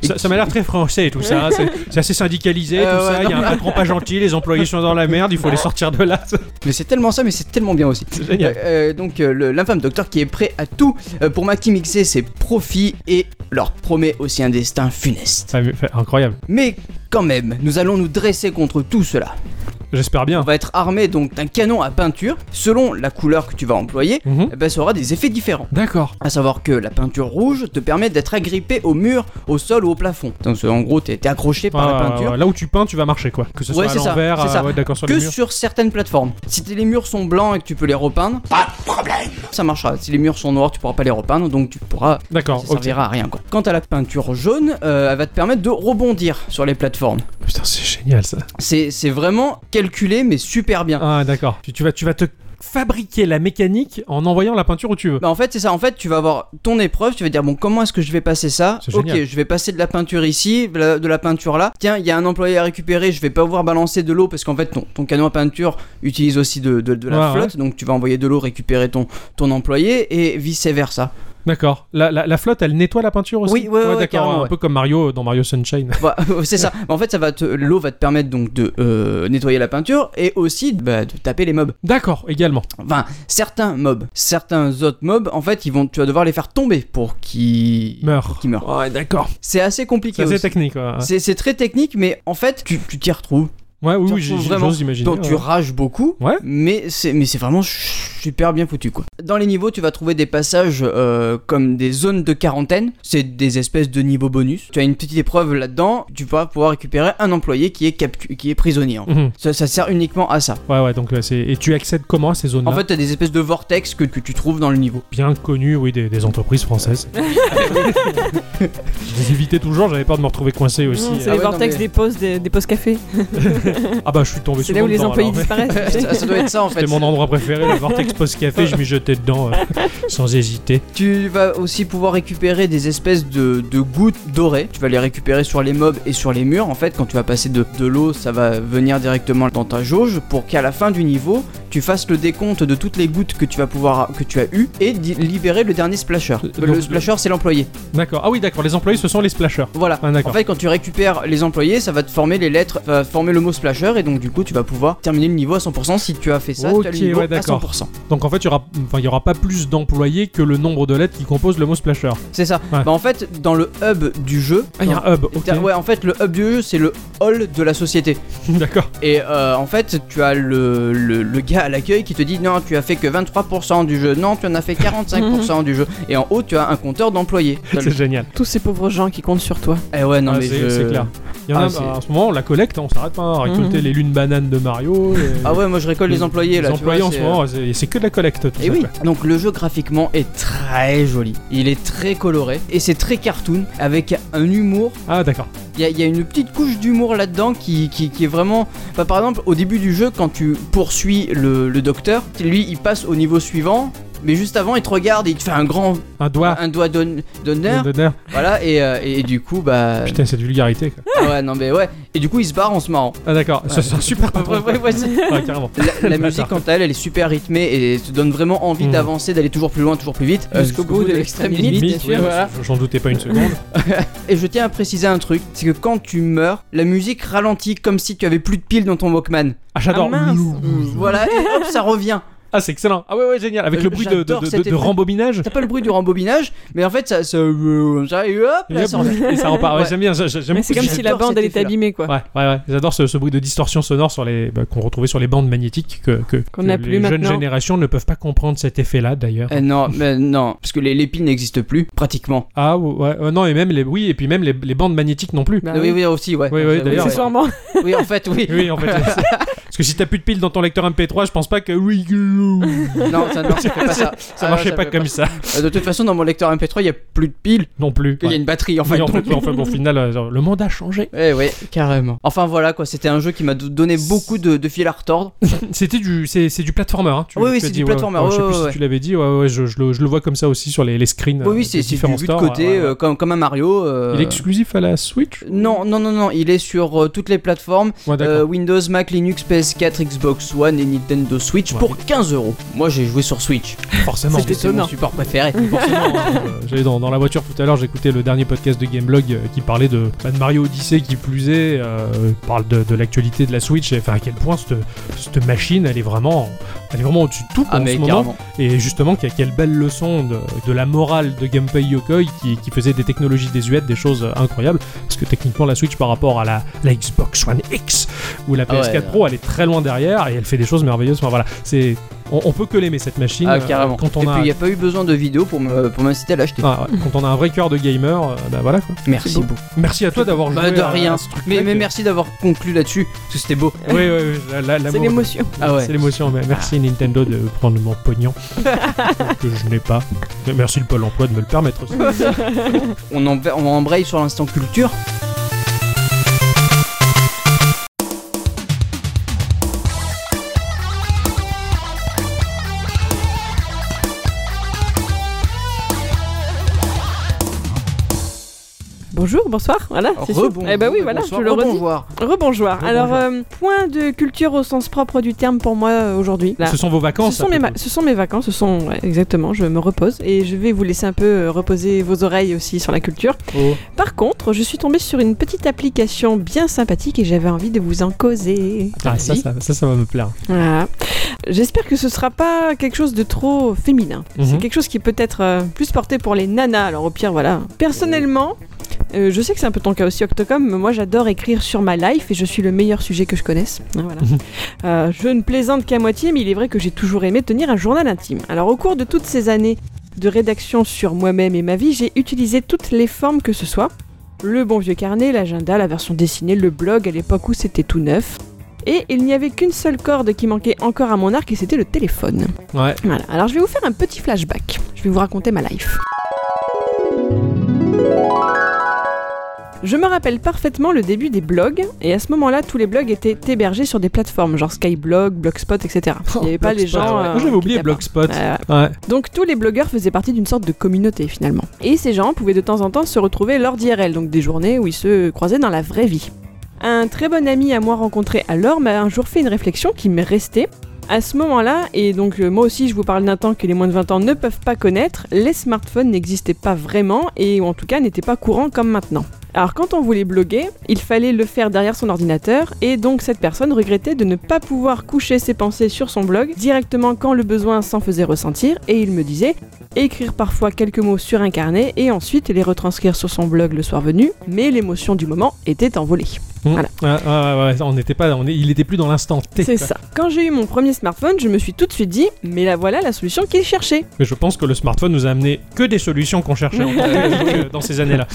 Ça, ça m'a l'air très français et tout ça. hein. C'est c'est assez syndicalisé, Euh, tout ouais, ça. Il y a un patron pas gentil, les employés sont dans la merde, il faut les sortir de là. (laughs) Mais c'est tellement ça, mais c'est tellement bien aussi. C'est génial. Euh, euh, donc, euh, le- l'infâme docteur qui est prêt à tout euh, pour maximiser ses profits et leur promet aussi un destin funeste. Ça me fait- incroyable. Mais quand même, nous allons nous dresser contre tout cela. J'espère bien. On va être armé donc d'un canon à peinture. Selon la couleur que tu vas employer, Mhm. eh ben, ça aura des effets différents. D'accord. À savoir que la peinture rouge te permet d'être agrippé au mur, au sol ou au plafond. Donc en gros, t'es t'es accroché par Ah, la peinture. ouais, Là où tu peins, tu vas marcher quoi. Que ce soit Ouais, à c'est ça, l'envers, c'est à- ça. ouais, d'accord sur Que les murs. sur certaines plateformes. Si t- les murs sont blancs et que tu peux les repeindre, pas Oh! de problème. Ça marchera. Si les murs sont noirs, tu pourras pas les repeindre, donc tu pourras. D'accord. Ça ok. servira à rien quoi. Quant à la peinture jaune, euh, elle va te permettre de rebondir sur les plateformes. Putain, c'est génial ça. C'est c'est vraiment calculé mais super bien. Ah d'accord. Tu, tu vas, tu vas te fabriquer la mécanique en envoyant la peinture où tu veux. Bah en fait c'est ça, en fait tu vas avoir ton épreuve, tu vas dire bon comment est-ce que je vais passer ça C'est Ok génial. je vais passer de la peinture ici, de la- de la peinture là, tiens il y a un employé à récupérer, je vais pas pouvoir balancer de l'eau parce qu'en fait ton, ton canon à peinture utilise aussi de, de- de la Ouais, flotte, donc tu vas envoyer de l'eau récupérer ton, ton employé et vice versa. D'accord. La, la- la flotte, elle nettoie la peinture aussi. Oui, ouais, ouais, d'accord. carrément, Un ouais. peu comme Mario euh, dans Mario Sunshine. (laughs) Bah, (laughs) c'est ça, en fait ça va te- l'eau va te permettre donc de euh, nettoyer la peinture et aussi bah, de taper les mobs. D'accord, également. Enfin certains mobs, certains autres mobs en fait ils vont, tu vas devoir les faire tomber pour qu'ils Meurt. qu'ils meurent. Ouais, d'accord. C'est assez compliqué C'est assez aussi. technique. Ouais, ouais. C'est c'est très technique, mais en fait, tu tu t'y retrouves. Ouais, oui, Tu oui, j'ai- retrouves j'ai- vraiment- j'ose imaginer. Donc tu ouais. rages beaucoup, Ouais. mais c'est mais c'est vraiment ch- super bien foutu quoi. Dans les niveaux, tu vas trouver des passages euh, comme des zones de quarantaine. C'est des espèces de niveaux bonus. Tu as une petite épreuve là-dedans. Tu vas pouvoir récupérer un employé qui est captu- qui est prisonnier. en fait. Mhm. Ça, ça sert uniquement à ça. Ouais, ouais, donc là, c'est. Et tu accèdes comment à ces zones-là En fait, tu as des espèces de vortex que, que tu trouves dans (laughs) le niveau. Bien connu, oui, des, des entreprises (laughs) françaises. je les évitais toujours, j'avais peur de me retrouver coincé aussi. hein. Mmh, c'est Ah les ouais, vortex non, mais- des pauses des, des pauses café. Ah bah, je suis tombé C'est sur là où les employés (laughs) ça, disparaissent. ça doit être ça en fait. C'était mon endroit préféré, le Vortex Post Café, je m'y jetais (laughs) dedans euh, sans hésiter. Tu vas aussi pouvoir récupérer des espèces de, de gouttes dorées. Tu vas les récupérer sur les mobs et sur les murs. En fait, quand tu vas passer de, de l'eau, ça va venir directement dans ta jauge pour qu'à la fin du niveau, tu fasses le décompte de toutes les gouttes que tu vas pouvoir que tu as eues et di- libérer le dernier splasher. Donc, Le le- splasher, c'est l'employé. D'accord, ah oui, d'accord, les employés ce sont les splashers. Voilà. Ah, En d'accord. fait, quand tu récupères les employés, ça va te former les lettres, va former le mot splasher, et donc du coup, tu vas pouvoir terminer le niveau à 100% si tu as fait ça. tu as Ok, le niveau ouais, à d'accord. 100%. Donc en fait, il y aura, enfin, il y aura pas plus d'employés que le nombre de lettres qui composent le mot splasher. C'est ça. Ouais. Bah, en fait, dans le hub du jeu, Ah, il y a un hub, ok. Ouais, en fait, le hub du jeu, c'est le hall de la société. (laughs) D'accord. Et euh, en fait, tu as le, le, le gars à l'accueil qui te dit Non, tu as fait que 23% du jeu. Non, tu en as fait 45% du jeu. Et en haut, tu as un compteur d'employés. T'as (laughs) le- C'est génial. Tous ces pauvres gens qui comptent sur toi. Eh ouais, non, Ah, mais c'est je- c'est clair. Il y en Ah, a, c'est- en ce moment, on la collecte, on s'arrête pas à récolter Mhm. les lunes bananes de Mario. et- Ah ouais, moi je récolte les employés là. Les tu vois, employés en ce c'est- euh, moment, c'est c'est que de la collecte tout Et ça. oui, quoi. donc le jeu graphiquement est très joli. Il est très coloré et c'est très cartoon avec un humour Ah d'accord. Il y, a- il y a une petite couche d'humour là-dedans qui, qui- qui est vraiment. Bah, par exemple, au début du jeu, quand tu poursuis le, le docteur, lui il passe au niveau suivant, mais juste avant il te regarde et il te fait un grand. Un doigt. un doigt d'hon- Ah. d'honneur. d'honneur. Voilà, et, euh, et, et du coup, bah. Putain, cette vulgarité. Quoi. ah ouais, non mais ouais. Et du coup, il se barre en se (laughs) marrant. Ah d'accord. Ça, C'est un super patron. Ouais, (laughs) ouais, ouais, c'est- Ouais, carrément. la, la musique, quant à elle, elle est super rythmée et te donne vraiment envie Mm. d'avancer, d'aller toujours plus loin, toujours plus vite. Jusqu'au bout de l'extrême Hmm. Euh, limite, bien oui, sûr. voilà. J'en doutais pas une seconde. Et je tiens à préciser un truc c'est que quand tu meurs, la musique ralentit comme si tu avais plus de piles dans ton Walkman. Ah j'adore. Ah, mince. Voilà, et hop, ça revient. Ah c'est excellent. Ah ouais ouais génial. Avec le Euh, bruit de, de, j'adore de- cet de effet. rembobinage. T'as pas le bruit du rembobinage, mais en fait, ça. ça, euh, ça- et hop, là, Et ça revient. ça repart. Ouais, Ouais. J'aime bien. j'a- j'a- J'aime Mais c'est beaucoup comme ce- si la j'adore bande cet elle était effet-là. abîmée quoi. Ouais, ouais, ouais. J'adore ce, ce bruit de distorsion sonore sur les bah, qu'on retrouvait sur les bandes magnétiques que, que, Qu'on que n'a les plus jeunes maintenant. générations ne peuvent pas comprendre cet effet-là d'ailleurs. Eh non, mais non, parce que les, les piles n'existent plus, pratiquement. Ah ouais, ouais, non et même les oui et puis même les, les bandes magnétiques non plus. Bah oui, oui, aussi, ouais. Oui, oui, Euh, d'ailleurs, ouais. Accessoirement. Oui, en fait, oui. Oui (laughs) en fait. c'est- Parce que si t'as plus de piles dans ton lecteur MP3, je pense pas que oui Non, ça, non, ça (laughs) fait pas Ah, ça. ça marchait pas comme ça ça. De toute façon, dans mon lecteur MP3, il y a plus de piles, non plus. il y a Ouais. une batterie, en Oui, fait. en donc- fait, enfin, bon, au final, euh, genre, le monde a changé. (laughs) Eh ouais, carrément. Enfin voilà quoi, c'était un jeu qui m'a do- donné beaucoup de, de fil à retordre. C'était du, c'est, c'est du platformer. Hein, tu Oui, tu oui, l'as c'est dit, du ouais, ouais. platformer, Ouais, je sais ouais, plus ouais. si tu l'avais dit. Ouais, ouais, je, je le, je le vois comme ça aussi sur les, les screens. oui, euh, oui, c'est des c'est du différents but de stores, côté, ouais, ouais, ouais. euh, comme, comme un Mario. euh, Il est exclusif à la Switch Non, non, non, non, il est sur euh, toutes les plateformes Ouais, d'accord. euh, Windows, Mac, Linux, PS4, Xbox One et Nintendo Switch Ouais. pour 15 euros. Moi j'ai joué sur Switch, Forcément. C'était c'est mon support préféré. Forcément, hein. Euh, J'allais dans, dans la voiture tout à l'heure, j'écoutais le dernier podcast de Gameblog euh, qui parlait de, bah, de Mario Odyssey qui plus est, euh, parle de, de l'actualité de la Switch et enfin à quel point cette, cette machine elle est vraiment, elle est vraiment au-dessus de tout quoi, Ah en mais ce moment. carrément. Et justement, quelle, quelle belle leçon de, de la morale de Gunpei Yokoi qui, qui faisait des technologies désuètes, des choses euh, incroyables. Parce que techniquement, la Switch par rapport à la, la Xbox One X ou la Ah ouais, PS4 Pro, elle est très loin derrière et elle fait des choses merveilleuses. Enfin voilà, c'est on, on peut que l'aimer cette machine Ah euh, carrément. quand on et a puis il n'y a pas eu besoin de vidéo pour me- pour m'inciter à l'acheter. ah, ouais, quand on a un vrai cœur de gamer, euh, bah voilà quoi. merci beaucoup. Merci à toi d'avoir joué Bah, de à- rien. à ce truc. Mais, mais merci d'avoir conclu là-dessus, parce que c'était beau. Oui, oui, oui, la- la- C'est l'amour. l'émotion. Ah ouais. C'est l'émotion. Mais Merci Nintendo de prendre mon pognon que je n'ai pas. Mais Merci le Pôle Emploi de me le permettre aussi. On, en, on embraye sur l'instant culture. bonjour, bonsoir, voilà, c'est sûr. Rebon. Eh ben oui, voilà, bonsoir, je le redis. rebonjour. Rebonjour. Alors, Rebonjour. euh, point de culture au sens propre du terme pour moi euh, aujourd'hui. Là. Ce sont vos vacances. Ce sont, mes ma- ce sont mes vacances, ce sont ouais, exactement, je me repose et je vais vous laisser un peu euh, reposer vos oreilles aussi sur la culture. Oh. Par contre, je suis tombée sur une petite application bien sympathique et j'avais envie de vous en causer. Ah, ça, Vas-y. ça, ça, ça va me plaire. Voilà. J'espère que ce sera pas quelque chose de trop féminin. C'est Mhm. quelque chose qui peut être euh, plus porté pour les nanas. Alors au pire, voilà. Personnellement, euh, je sais que c'est un peu ton cas aussi, Octocom, mais moi j'adore écrire sur ma life et je suis le meilleur sujet que je connaisse. Ah, Voilà. Euh, je ne plaisante qu'à moitié, mais il est vrai que j'ai toujours aimé tenir un journal intime. Alors au cours de toutes ces années de rédaction sur moi-même et ma vie, j'ai utilisé toutes les formes que ce soit. Le bon vieux carnet, l'agenda, la version dessinée, le blog à l'époque où c'était tout neuf. Et il n'y avait qu'une seule corde qui manquait encore à mon arc et c'était le téléphone. Ouais. Voilà, alors je vais vous faire un petit flashback. Je vais vous raconter ma life. Je me rappelle parfaitement le début des blogs, et à ce moment-là, tous les blogs étaient hébergés sur des plateformes, genre Skyblog, Blogspot, etc. Il n'y avait pas les Oh, Blogspot, gens. ouais. euh, Ah, J'avais oublié qui tapaient. Blogspot. Ouais, ouais. Ouais. Mmh. Donc tous les blogueurs faisaient partie d'une sorte de communauté finalement. Et ces gens pouvaient de temps en temps se retrouver lors d'IRL, donc des journées où ils se croisaient dans la vraie vie. Un très bon ami à moi rencontré alors m'a un jour fait une réflexion qui m'est restée. À ce moment-là, et donc euh, moi aussi je vous parle d'un temps que les moins de 20 ans ne peuvent pas connaître, les smartphones n'existaient pas vraiment et en tout cas n'étaient pas courants comme maintenant. Alors quand on voulait bloguer, il fallait le faire derrière son ordinateur et donc cette personne regrettait de ne pas pouvoir coucher ses pensées sur son blog directement quand le besoin s'en faisait ressentir et il me disait écrire parfois quelques mots sur un carnet et ensuite les retranscrire sur son blog le soir venu, mais l'émotion du moment était envolée. Mm. Voilà. Ouais, ouais, ouais, on n'était pas, on est- il était plus dans l'instant T. C'est quoi. ça. Quand j'ai eu mon premier smartphone, je me suis tout de suite dit mais la voilà la solution qu'il cherchait. Mais je pense que le smartphone nous a amené que des solutions qu'on cherchait en technologie, euh, dans ces (laughs) années-là.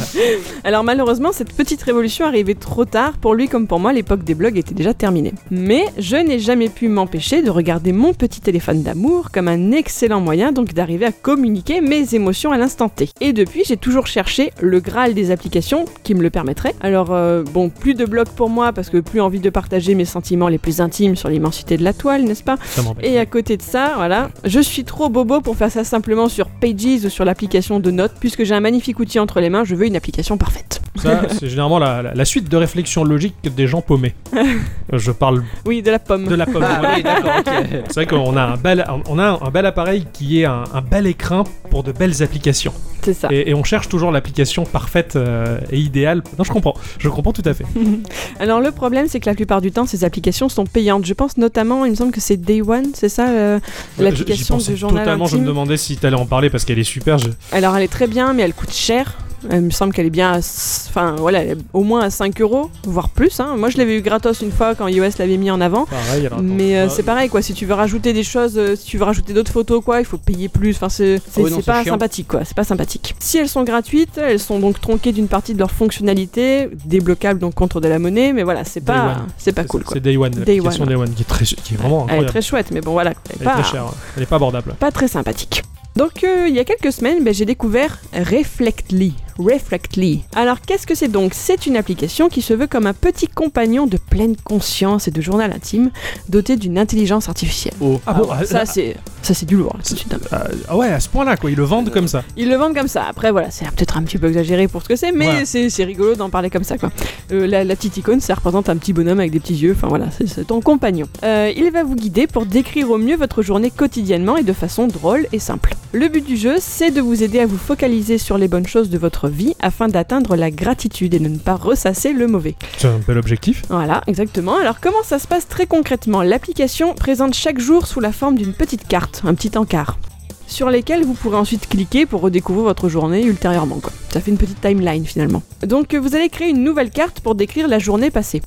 Alors malheureusement, cette petite révolution arrivait trop tard. Pour lui comme pour moi, l'époque des blogs était déjà terminée. Mais je n'ai jamais pu m'empêcher de regarder mon petit téléphone d'amour comme un excellent moyen donc d'arriver à communiquer mes émotions à l'instant T. Et depuis, j'ai toujours cherché le Graal des applications qui me le permettraient. Alors euh, bon, plus de blogs pour moi parce que plus envie de partager mes sentiments les plus intimes sur l'immensité de la toile, n'est-ce pas Ça m'embête. et à côté de ça, voilà, je suis trop bobo pour faire ça simplement sur Pages ou sur l'application de notes, puisque j'ai un magnifique outil entre les mains, je veux une application parfaite. Ça, c'est généralement la, la- la suite de réflexions logiques des gens paumés. je parle Oui, de la pomme. de la pomme. Ah voilà. oui, d'accord, ok. C'est vrai qu'on a un bel, on a un bel appareil qui est un, un bel écran pour de belles applications. C'est ça. Et, et on cherche toujours l'application parfaite euh, et idéale. Non, je comprends. Je comprends tout à fait. (laughs) Alors le problème, c'est que la plupart du temps, ces applications sont payantes. Je pense notamment, il me semble que c'est Day One, c'est ça, euh, J'y l'application pensais du journal Totalement, je intime. me demandais si t'allais en parler parce qu'elle est super. je- Alors elle est très bien, mais elle coûte cher. Euh, Il me semble qu'elle est bien, à s- enfin voilà, elle est au moins à 5 euros, voire plus. hein. Moi, je l'avais eu gratos une fois quand iOS l'avait mis en avant. Pareil, alors, attends. Mais euh, Ah, c'est pareil quoi, si tu veux rajouter des choses, euh, si tu veux rajouter d'autres photos quoi, il faut payer plus. Enfin c'est c'est- oui, non, c'est c'est pas chiant. sympathique quoi, c'est pas sympathique. Si elles sont gratuites, elles sont donc tronquées d'une partie de leur fonctionnalité, débloquables donc contre de la monnaie, mais voilà, c'est Day pas One. c'est pas cool quoi. C'est Day One, Day l'application One. Day One qui est, très, qui est vraiment Elle est incroyable. très chouette, mais bon voilà, elle est Elle est pas, très chère, hein. elle est pas abordable. pas très sympathique. Donc euh, il y a quelques semaines, ben, j'ai découvert Reflectly. Reflectly. Alors qu'est-ce que c'est donc C'est une application qui se veut comme un petit compagnon de pleine conscience et de journal intime, doté d'une intelligence artificielle. Oh. Ah bon, ah, Ça c'est ça c'est du lourd. là, tout de suite, hein. ah, ah ouais, à ce point-là, quoi, ils le vendent comme ça. Ils le vendent comme ça. Après, voilà, c'est peut-être un petit peu exagéré pour ce que c'est, mais Voilà. c'est c'est rigolo d'en parler comme ça, quoi. Euh, la, la petite icône, ça représente un petit bonhomme avec des petits yeux. Enfin, voilà, c'est- c'est ton compagnon. Euh, il va vous guider pour décrire au mieux votre journée quotidiennement et de façon drôle et simple. Le but du jeu, c'est de vous aider à vous focaliser sur les bonnes choses de votre vie afin d'atteindre la gratitude et de ne pas ressasser le mauvais. C'est un bel objectif. Voilà, exactement. Alors comment ça se passe très concrètement L'application présente chaque jour sous la forme d'une petite carte, un petit encart, sur lesquels vous pourrez ensuite cliquer pour redécouvrir votre journée ultérieurement. quoi. Ça fait une petite timeline finalement. Donc euh, vous allez créer une nouvelle carte pour décrire la journée passée.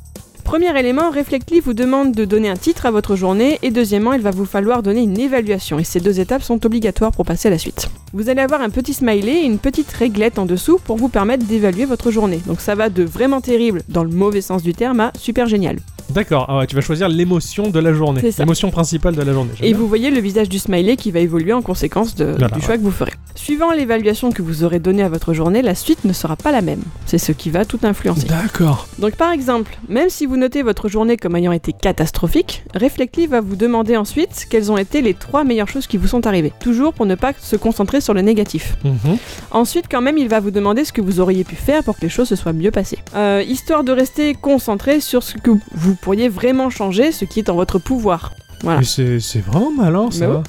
Premier élément, Reflectly vous demande de donner un titre à votre journée et deuxièmement, il va vous falloir donner une évaluation et ces deux étapes sont obligatoires pour passer à la suite. Vous allez avoir un petit smiley et une petite réglette en dessous pour vous permettre d'évaluer votre journée. Donc ça va de vraiment terrible dans le mauvais sens du terme à super génial. D'accord, ah ouais, tu vas choisir l'émotion de la journée. C'est ça. L'émotion principale de la journée. j'aime Et bien. vous voyez le visage du smiley qui va évoluer en conséquence de- Voilà, du choix que vous ferez. Suivant l'évaluation que vous aurez donnée à votre journée, la suite ne sera pas la même. C'est ce qui va tout (laughs) influencer. D'accord. Donc par exemple, même si vous notez votre journée comme ayant été catastrophique, Reflectly va vous demander ensuite quelles ont été les trois meilleures choses qui vous sont arrivées. Toujours pour ne pas se concentrer sur le négatif. Mhm. Ensuite, quand même, il va vous demander ce que vous auriez pu faire pour que les choses se soient mieux passées. Euh, histoire de rester concentré sur ce que vous pourriez vraiment changer, ce qui est en votre pouvoir. Voilà. Mais c'est c'est vraiment malin ça. Bah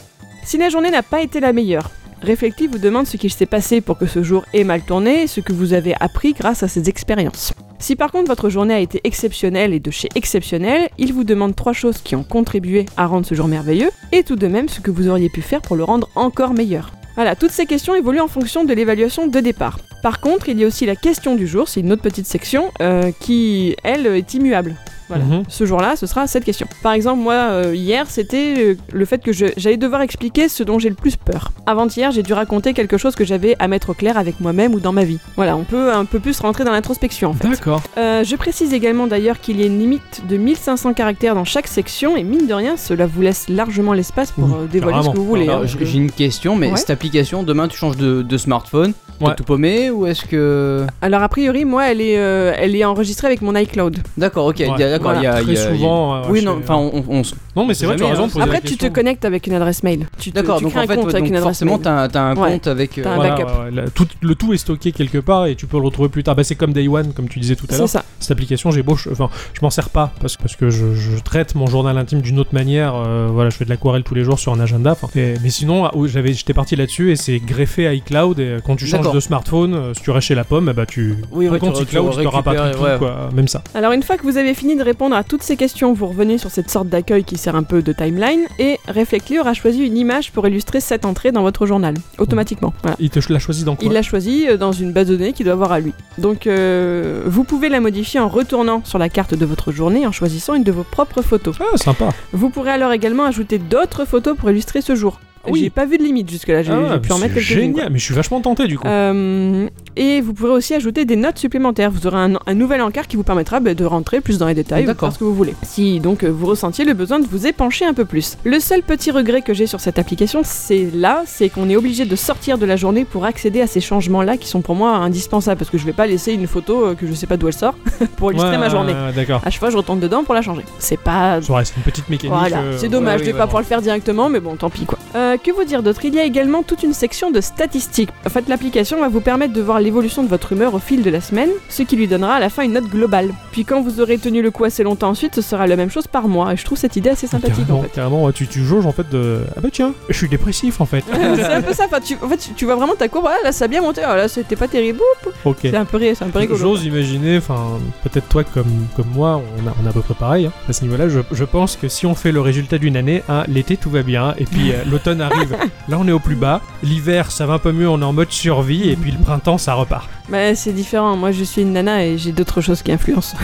Si la journée n'a pas été la meilleure, Reflective vous demande ce qu'il s'est passé pour que ce jour ait mal tourné et ce que vous avez appris grâce à ces expériences. Si par contre votre journée a été exceptionnelle et de chez exceptionnelle, il vous demande trois choses qui ont contribué à rendre ce jour merveilleux et tout de même ce que vous auriez pu faire pour le rendre encore meilleur. Voilà, toutes ces questions évoluent en fonction de l'évaluation de départ. Par contre, il y a aussi la question du jour, c'est une autre petite section euh, qui, elle, est immuable. Voilà. Mhm. Ce jour-là, ce sera cette question. Par exemple, moi, euh, hier, c'était euh, le fait que je- j'allais devoir expliquer ce dont j'ai le plus peur. Avant-hier, j'ai dû raconter quelque chose que j'avais à mettre au clair avec moi-même ou dans ma vie. Voilà, on peut un peu plus rentrer dans l'introspection en fait. D'accord. Euh, je précise également d'ailleurs qu'il y a une limite de 1500 caractères dans chaque section et mine de rien, cela vous laisse largement l'espace pour Oui, euh, dévoiler carrément. ce que vous voulez. Alors, hein. j- J'ai une question, mais Ouais. cette application, demain tu changes de, de smartphone, t'es Ouais. tout paumé ou est-ce que. euh, Alors a priori, moi, elle est, euh, elle est enregistrée avec mon iCloud. D'accord, ok, Ouais. il y a- d'accord, il y a. Très il y a- il y a- souvent. euh, Oui, chez- non, enfin, on, on- on s- Non, mais c'est on vrai, tu sait as jamais, raison hein. de poser la Après, tu te question. connectes avec une adresse mail. Tu, te- D'accord, tu donc crées en un fait, compte ouais, avec donc une adresse forcément, mail. t'as t'as un Ouais. compte avec. euh, T'as un Voilà, backup. ouais, ouais, là, tout, le tout est stocké quelque part et tu peux le retrouver plus tard. Bah, c'est comme Day One, comme tu disais tout à C'est l'heure. ça. Cette application, j'ai beau, ch- enfin, je m'en sers pas parce, parce que je, je traite mon journal intime d'une autre manière. euh, voilà, je fais de l'aquarelle tous les jours sur un agenda. enfin, et- mais sinon, ah, oui, j'avais, j'étais parti là-dessus et c'est greffé à iCloud. Et euh, quand tu changes D'accord. de smartphone, euh, si tu restes chez la pomme, eh bah, tu Oui, ton ouais, tu compte re- tu iCloud, tu t'auras pas récupères, tout, ouais. quoi, même ça. Alors une fois que vous avez fini de répondre à toutes ces questions, vous revenez sur cette sorte d'accueil qui sert un peu de timeline et Reflectly aura choisi une image pour illustrer cette entrée dans votre journal, automatiquement. Voilà. Il te ch- l'a choisi dans quoi Il l'a choisi euh, dans une base de données qu'il doit avoir à lui. Donc euh, vous pouvez la modifier en retournant sur la carte de votre journée en choisissant une de vos propres photos. Ah, sympa. Vous pourrez alors également ajouter d'autres photos pour illustrer ce jour. Oui. J'ai pas vu de limite jusque-là, j'ai Ah, j'ai pu en mais mettre c'est quelques-unes. quoi. Génial, mais je suis vachement tenté du coup. Euh, et vous pourrez aussi ajouter des notes supplémentaires. Vous aurez un, un nouvel encart qui vous permettra bah, de rentrer plus dans les détails, ou de D'accord. faire ce que vous voulez. Si donc euh, vous ressentiez le besoin de vous épancher un peu plus. Le seul petit regret que j'ai sur cette application, c'est là, c'est qu'on est obligé de sortir de la journée pour accéder à ces changements-là qui sont pour moi indispensables parce que je vais pas laisser une photo euh, que je sais pas d'où elle sort (laughs) pour illustrer Ouais, ma journée. ouais, ouais, D'accord. À chaque fois, je retourne dedans pour la changer. C'est pas Ça reste une petite mécanique. voilà, euh, c'est dommage, ouais, je vais oui, pas ouais, pouvoir le faire directement, mais bon, tant pis quoi. Euh, que vous dire d'autre Il y a également toute une section de statistiques. En fait, l'application va vous permettre de voir l'évolution de votre humeur au fil de la semaine, ce qui lui donnera à la fin une note globale. Puis quand vous aurez tenu le coup assez longtemps ensuite, ce sera la même chose par mois, et je trouve cette idée assez sympathique Carrément, en fait. carrément, ouais, tu, tu jauges en fait de. Ah bah tiens, je suis dépressif (laughs) en fait. Euh, c'est un peu ça, enfin, tu, en fait, tu- tu vois vraiment ta courbe, ah, là ça a bien monté, ah, là c'était pas terrible, Ouh, ok. c'est un peu, ri- c'est un peu rigolo. J'ose imaginer, enfin, peut-être toi comme, comme moi, on a, on a à peu près pareil. hein. À ce niveau-là, je, je pense que si on fait le résultat d'une année, hein, l'été tout va bien, et puis euh, l'automne (laughs) arrive, là on est au plus bas, l'hiver ça va un peu mieux, on est en mode survie, et puis le printemps ça (laughs) repart. Mais c'est différent, moi je suis une nana et j'ai d'autres choses qui influencent.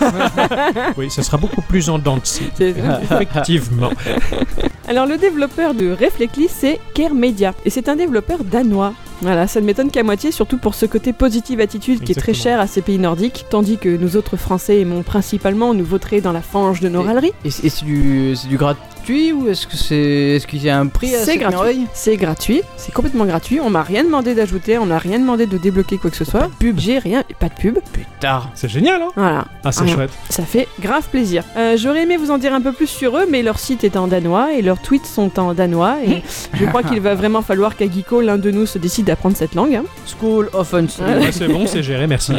(laughs) Oui, ça sera beaucoup plus en dents de (laughs) scie. C'est- Effectivement. Alors le développeur de Reflectly c'est Care Media et c'est un développeur danois. Voilà, ça ne m'étonne qu'à moitié, surtout pour ce côté positive attitude qui est très Exactement. cher à ces pays nordiques, tandis que nous autres Français aimons principalement nous vautrer dans la fange de nos Et- râleries. Et c'est et c'est du, c'est du gratuit ou est-ce que c'est, est-ce qu'il y a un prix à C'est cette gratuit. merveille C'est gratuit, c'est complètement gratuit, on m'a rien demandé d'ajouter, on n'a rien demandé de débloquer quoi que ce soit. pub, j'ai rien, pas de pub. Tard. C'est génial, hein Voilà, Ah, c'est Ah. chouette. ça fait grave plaisir. Euh, J'aurais aimé vous en dire un peu plus sur eux, mais leur site est en danois et leurs tweets sont en danois et je crois qu'il va vraiment falloir qu'à Geeko, l'un de nous se décide d'apprendre cette langue. hein. School of Unsold. Ah, Ouais. Ouais, Ah, c'est bon, c'est géré, (laughs) merci.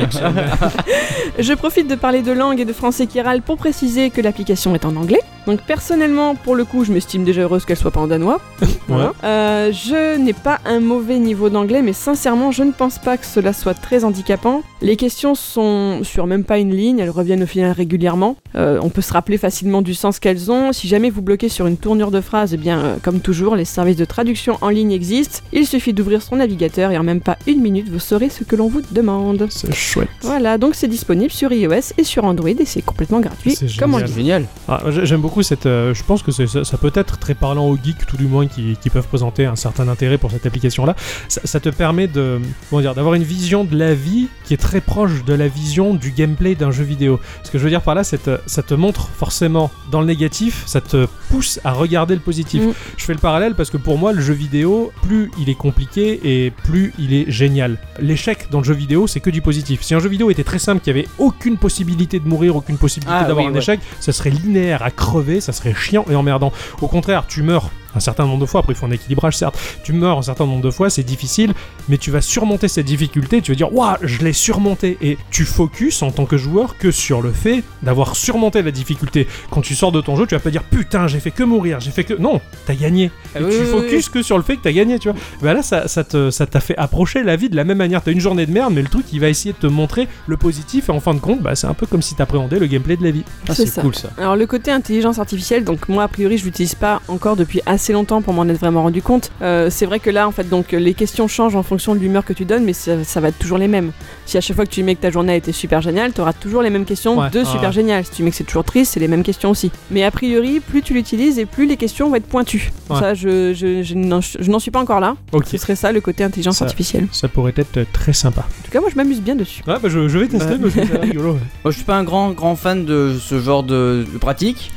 Je profite de parler de langue et de français qui râle pour préciser que l'application est en anglais. Donc personnellement, pour le coup, je m'estime déjà heureuse qu'elle soit pas en danois. Voilà. Euh, je n'ai pas un mauvais niveau d'anglais, mais sincèrement, je ne pense pas que cela soit très handicapant. Les questions sont sur même pas une ligne, elles reviennent au final régulièrement. Euh, on peut se rappeler facilement du sens qu'elles ont. Si jamais vous bloquez sur une tournure de phrase, eh bien, euh, comme toujours, les services de traduction en ligne existent. Il suffit d'ouvrir son navigateur et en même pas une minute, vous saurez ce que l'on vous demande. C'est chouette. Voilà, donc c'est disponible sur iOS et sur Android et c'est complètement gratuit, C'est comme on génial. dit. Génial. Ah, j'ai- J'aime beaucoup cette. euh, je pense que c'est- ça, ça peut être très parlant aux geeks, tout du moins, qui, qui peuvent présenter un certain intérêt pour cette application-là. Ça, ça te permet de, comment dire, d'avoir une vision de la vie qui est très proche de la vision du gameplay d'un jeu vidéo. Ce que je veux dire par là, c'est que ça te montre forcément dans le négatif, ça te pousse à regarder le positif. Mm. Je fais le parallèle parce que pour moi, le jeu vidéo, plus il est compliqué et plus il est génial. L'échec dans le jeu vidéo, c'est que du positif. Si un jeu vidéo était très simple, qu'il n'y avait aucune possibilité de mourir, aucune possibilité Ah, d'avoir oui, un ouais. échec, ça serait linéaire à crever, ça serait chiant et emmerdant. Au contraire, tu meurs un certain nombre de fois, après il faut un équilibrage certes, tu meurs un certain nombre de fois, c'est difficile, mais tu vas surmonter cette difficulté, tu vas dire Waouh, je l'ai surmonté Et tu focuses en tant que joueur que sur le fait d'avoir surmonté la difficulté. Quand tu sors de ton jeu, tu vas pas dire Putain, j'ai fait que mourir, j'ai fait que. Non, t'as gagné. Ah Et tu focuses que sur le fait que t'as gagné, tu vois. Bah là, ça, ça te- ça t'a fait approcher la vie de la même manière. T'as une journée de merde, mais le truc, il va essayer de te montrer le positif, et en fin de compte, bah, c'est un peu comme si t'appréhendais le gameplay de la vie. Ah, C'est c'est ça. cool ça. Alors le côté intelligence artificielle, donc moi a priori je l'utilise pas encore depuis assez longtemps pour m'en être vraiment rendu compte. Euh, c'est vrai que là en fait donc les questions changent en fonction de l'humeur que tu donnes, mais ça, ça va être toujours les mêmes. Si à chaque fois que tu mets que ta journée a été super géniale, t'auras toujours les mêmes questions Ouais, de ouais, super ouais. génial. Si tu mets que c'est toujours triste, c'est les mêmes questions aussi. Mais a priori plus tu l'utilises et plus les questions vont être pointues. Ouais. Ça je, je, je n'en je n'en suis pas encore là. Ok. Ce serait ça le côté intelligence Ça. artificielle. Ça pourrait être très sympa. En tout cas moi je m'amuse bien dessus. Ouais, bah, je, je vais tester, Bah. parce que c'est rigolo. ouais. Moi, je suis pas un grand grand fan de ce genre de, de pratique.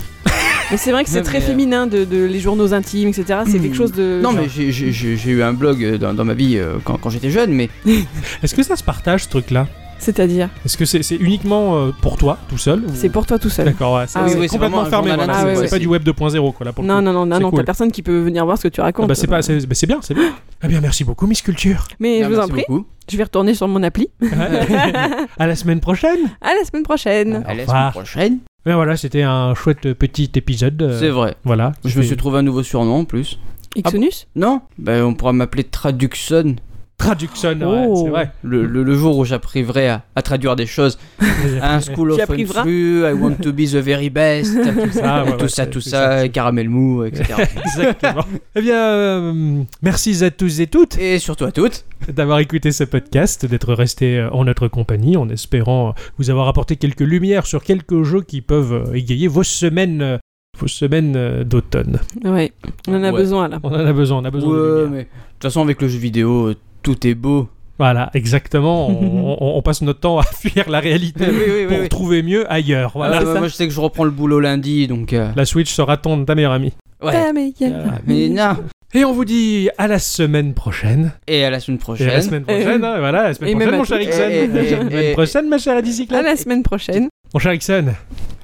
Mais c'est vrai que c'est Ouais, très mais, euh, féminin de, de les journaux intimes, etc. C'est Hmm. quelque chose de... non, mais j'ai- j'ai j'ai- j'ai eu un blog euh, dans, dans ma vie euh, quand, quand j'étais jeune, mais (laughs) Est-ce que ça se partage ce truc-là C'est-à-dire, Est-ce que c'est c'est uniquement euh, pour toi, tout seul ou- c'est pour toi tout seul. D'accord, ouais, c'est Ah oui, c'est oui, c'est complètement vraiment un fermé. journal voilà, intime, c'est ouais. pas du web 2.0, quoi, là, pour le Non, coup. non, non, non, C'est non, cool. t'as personne qui peut venir voir ce que tu Ah racontes. bah, c'est pas, c'est bah, c'est bien, c'est (laughs) bien. Ah bien, merci beaucoup, Miss (laughs) Culture. Mais Ah, je vous en merci prie, beaucoup. je vais retourner sur mon appli. (laughs) à la semaine prochaine. (laughs) À la semaine prochaine. À la revoir. semaine prochaine. Ben voilà, c'était un chouette petit épisode. euh, C'est vrai. Voilà. Je me suis trouvé un nouveau surnom en plus. Xonus Non Ben on pourra m'appeler Traduxon. Traduxon, ouais, Oh. c'est vrai. Le, le- le jour où j'appriverai à, à traduire des choses. (laughs) (laughs) Un School of Tu appriveras Unfru, I want to be the very best. Tout Ah, ça, ouais, ouais, tout ça, c'est- tout c'est ça, ça. caramel mou, (laughs) etc. Exactement. eh bien, euh, merci à tous et toutes. Et surtout à toutes. d'avoir écouté ce podcast, d'être resté euh, en notre compagnie, en espérant euh, vous avoir apporté quelques lumières sur quelques jeux qui peuvent euh, égayer vos semaines, euh, vos semaines euh, d'automne. Ouais, on en a Ouais. besoin là. On en a besoin, on a besoin de Ouais, lumière. mais de toute façon, avec le jeu vidéo, euh, tout (laughs) est beau. Voilà, exactement. (laughs) On, on- on passe notre temps à fuir la réalité oui, oui, pour trouver mieux ailleurs. Voilà. Ah, bah, moi, je sais que je reprends le boulot lundi, donc. euh, La Switch sera ton ta meilleure amie. Ouais. Ah, mais il y a- Mais non. Et on vous dit à la semaine prochaine. Et à la semaine Et prochaine. à la semaine prochaine, Et- hein, voilà, la semaine et même prochaine, à mon cher tout- Ixon. et- et- À la semaine et- prochaine, ma chère À bicyclette. la semaine prochaine. Mon cher Ixon,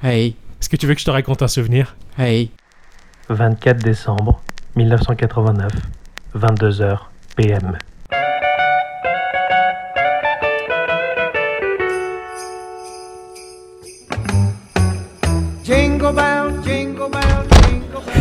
Hey, est-ce que tu veux que je te raconte un souvenir hey. 24 décembre 1989, 22h PM. Jingle bell, jingle bell, jingle bell.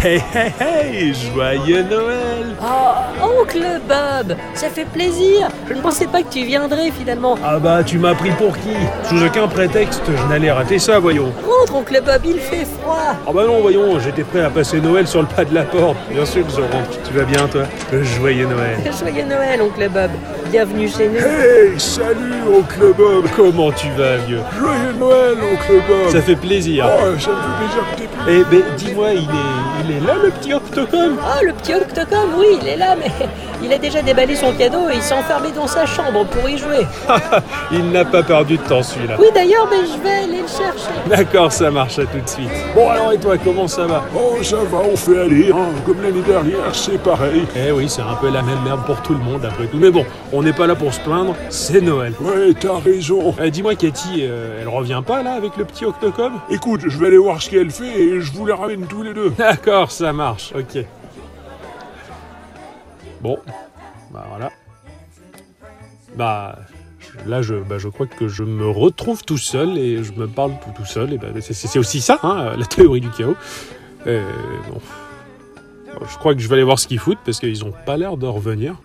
Hey, hey, hey, joyeux Noël Oh, oncle Bob, ça fait plaisir. Je ne pensais pas que tu viendrais finalement. Ah bah, tu m'as pris pour qui Sous aucun prétexte, je n'allais rater ça, voyons. Rentre, oncle Bob, il fait froid. Ah bah non, voyons, j'étais prêt à passer Noël sur le pas de la porte. Bien sûr que je rentre. Tu vas bien, toi Le joyeux Noël. Joyeux Noël, oncle Bob. Bienvenue chez nous. Hey, salut, oncle Bob Comment tu vas, vieux Joyeux Noël, oncle Bob Ça fait plaisir. Oh, ça me fait déjà Eh ben, dis-moi, il est, il est là, le petit octocom Oh, le petit Octocom, oui, il est là, mais (laughs) il a déjà déballé son cadeau et il s'est enfermé dans sa chambre pour y jouer. (laughs) Il n'a pas perdu de temps, celui-là. Oui, d'ailleurs, mais je vais aller le chercher. D'accord, ça marche, à tout de suite. Bon, alors, et toi, comment ça va Oh, ça va, on fait aller, hein. comme l'année dernière, c'est pareil. Eh oui, c'est un peu la même merde pour tout le monde, après tout. Mais bon, on n'est pas là pour se plaindre, c'est Noël. Ouais, t'as raison. Euh, Dis-moi, Cathy, euh, elle revient pas, là, avec le petit Octocom Écoute, je vais aller voir ce qu'elle fait et je vous la ramène tous les deux. D'accord, ça marche, ok. Bon, bah voilà. Bah, je- là, je, bah, je crois que je me retrouve tout seul et je me parle tout, tout seul. Et bah, c'est- c'est c'est aussi ça, hein, la théorie du chaos. Euh, bon. Bon, Je crois que je vais aller voir ce qu'ils foutent parce qu'ils ont pas l'air de revenir.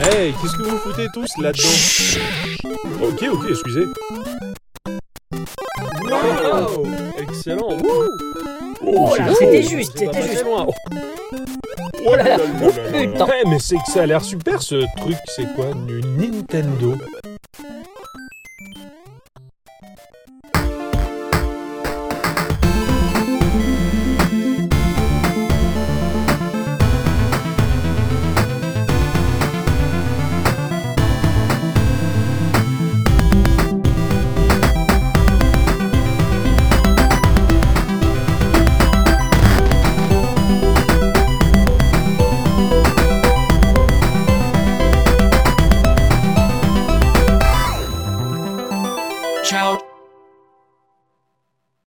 Hey, qu'est-ce que vous foutez tous là-dedans Ok, ok, excusez. Wow, excellent. Wouh Oh, là, c'était juste, c'était juste. oh là là Putain. Eh, Ouais, mais c'est que ça a l'air super ce truc, c'est quoi du Nintendo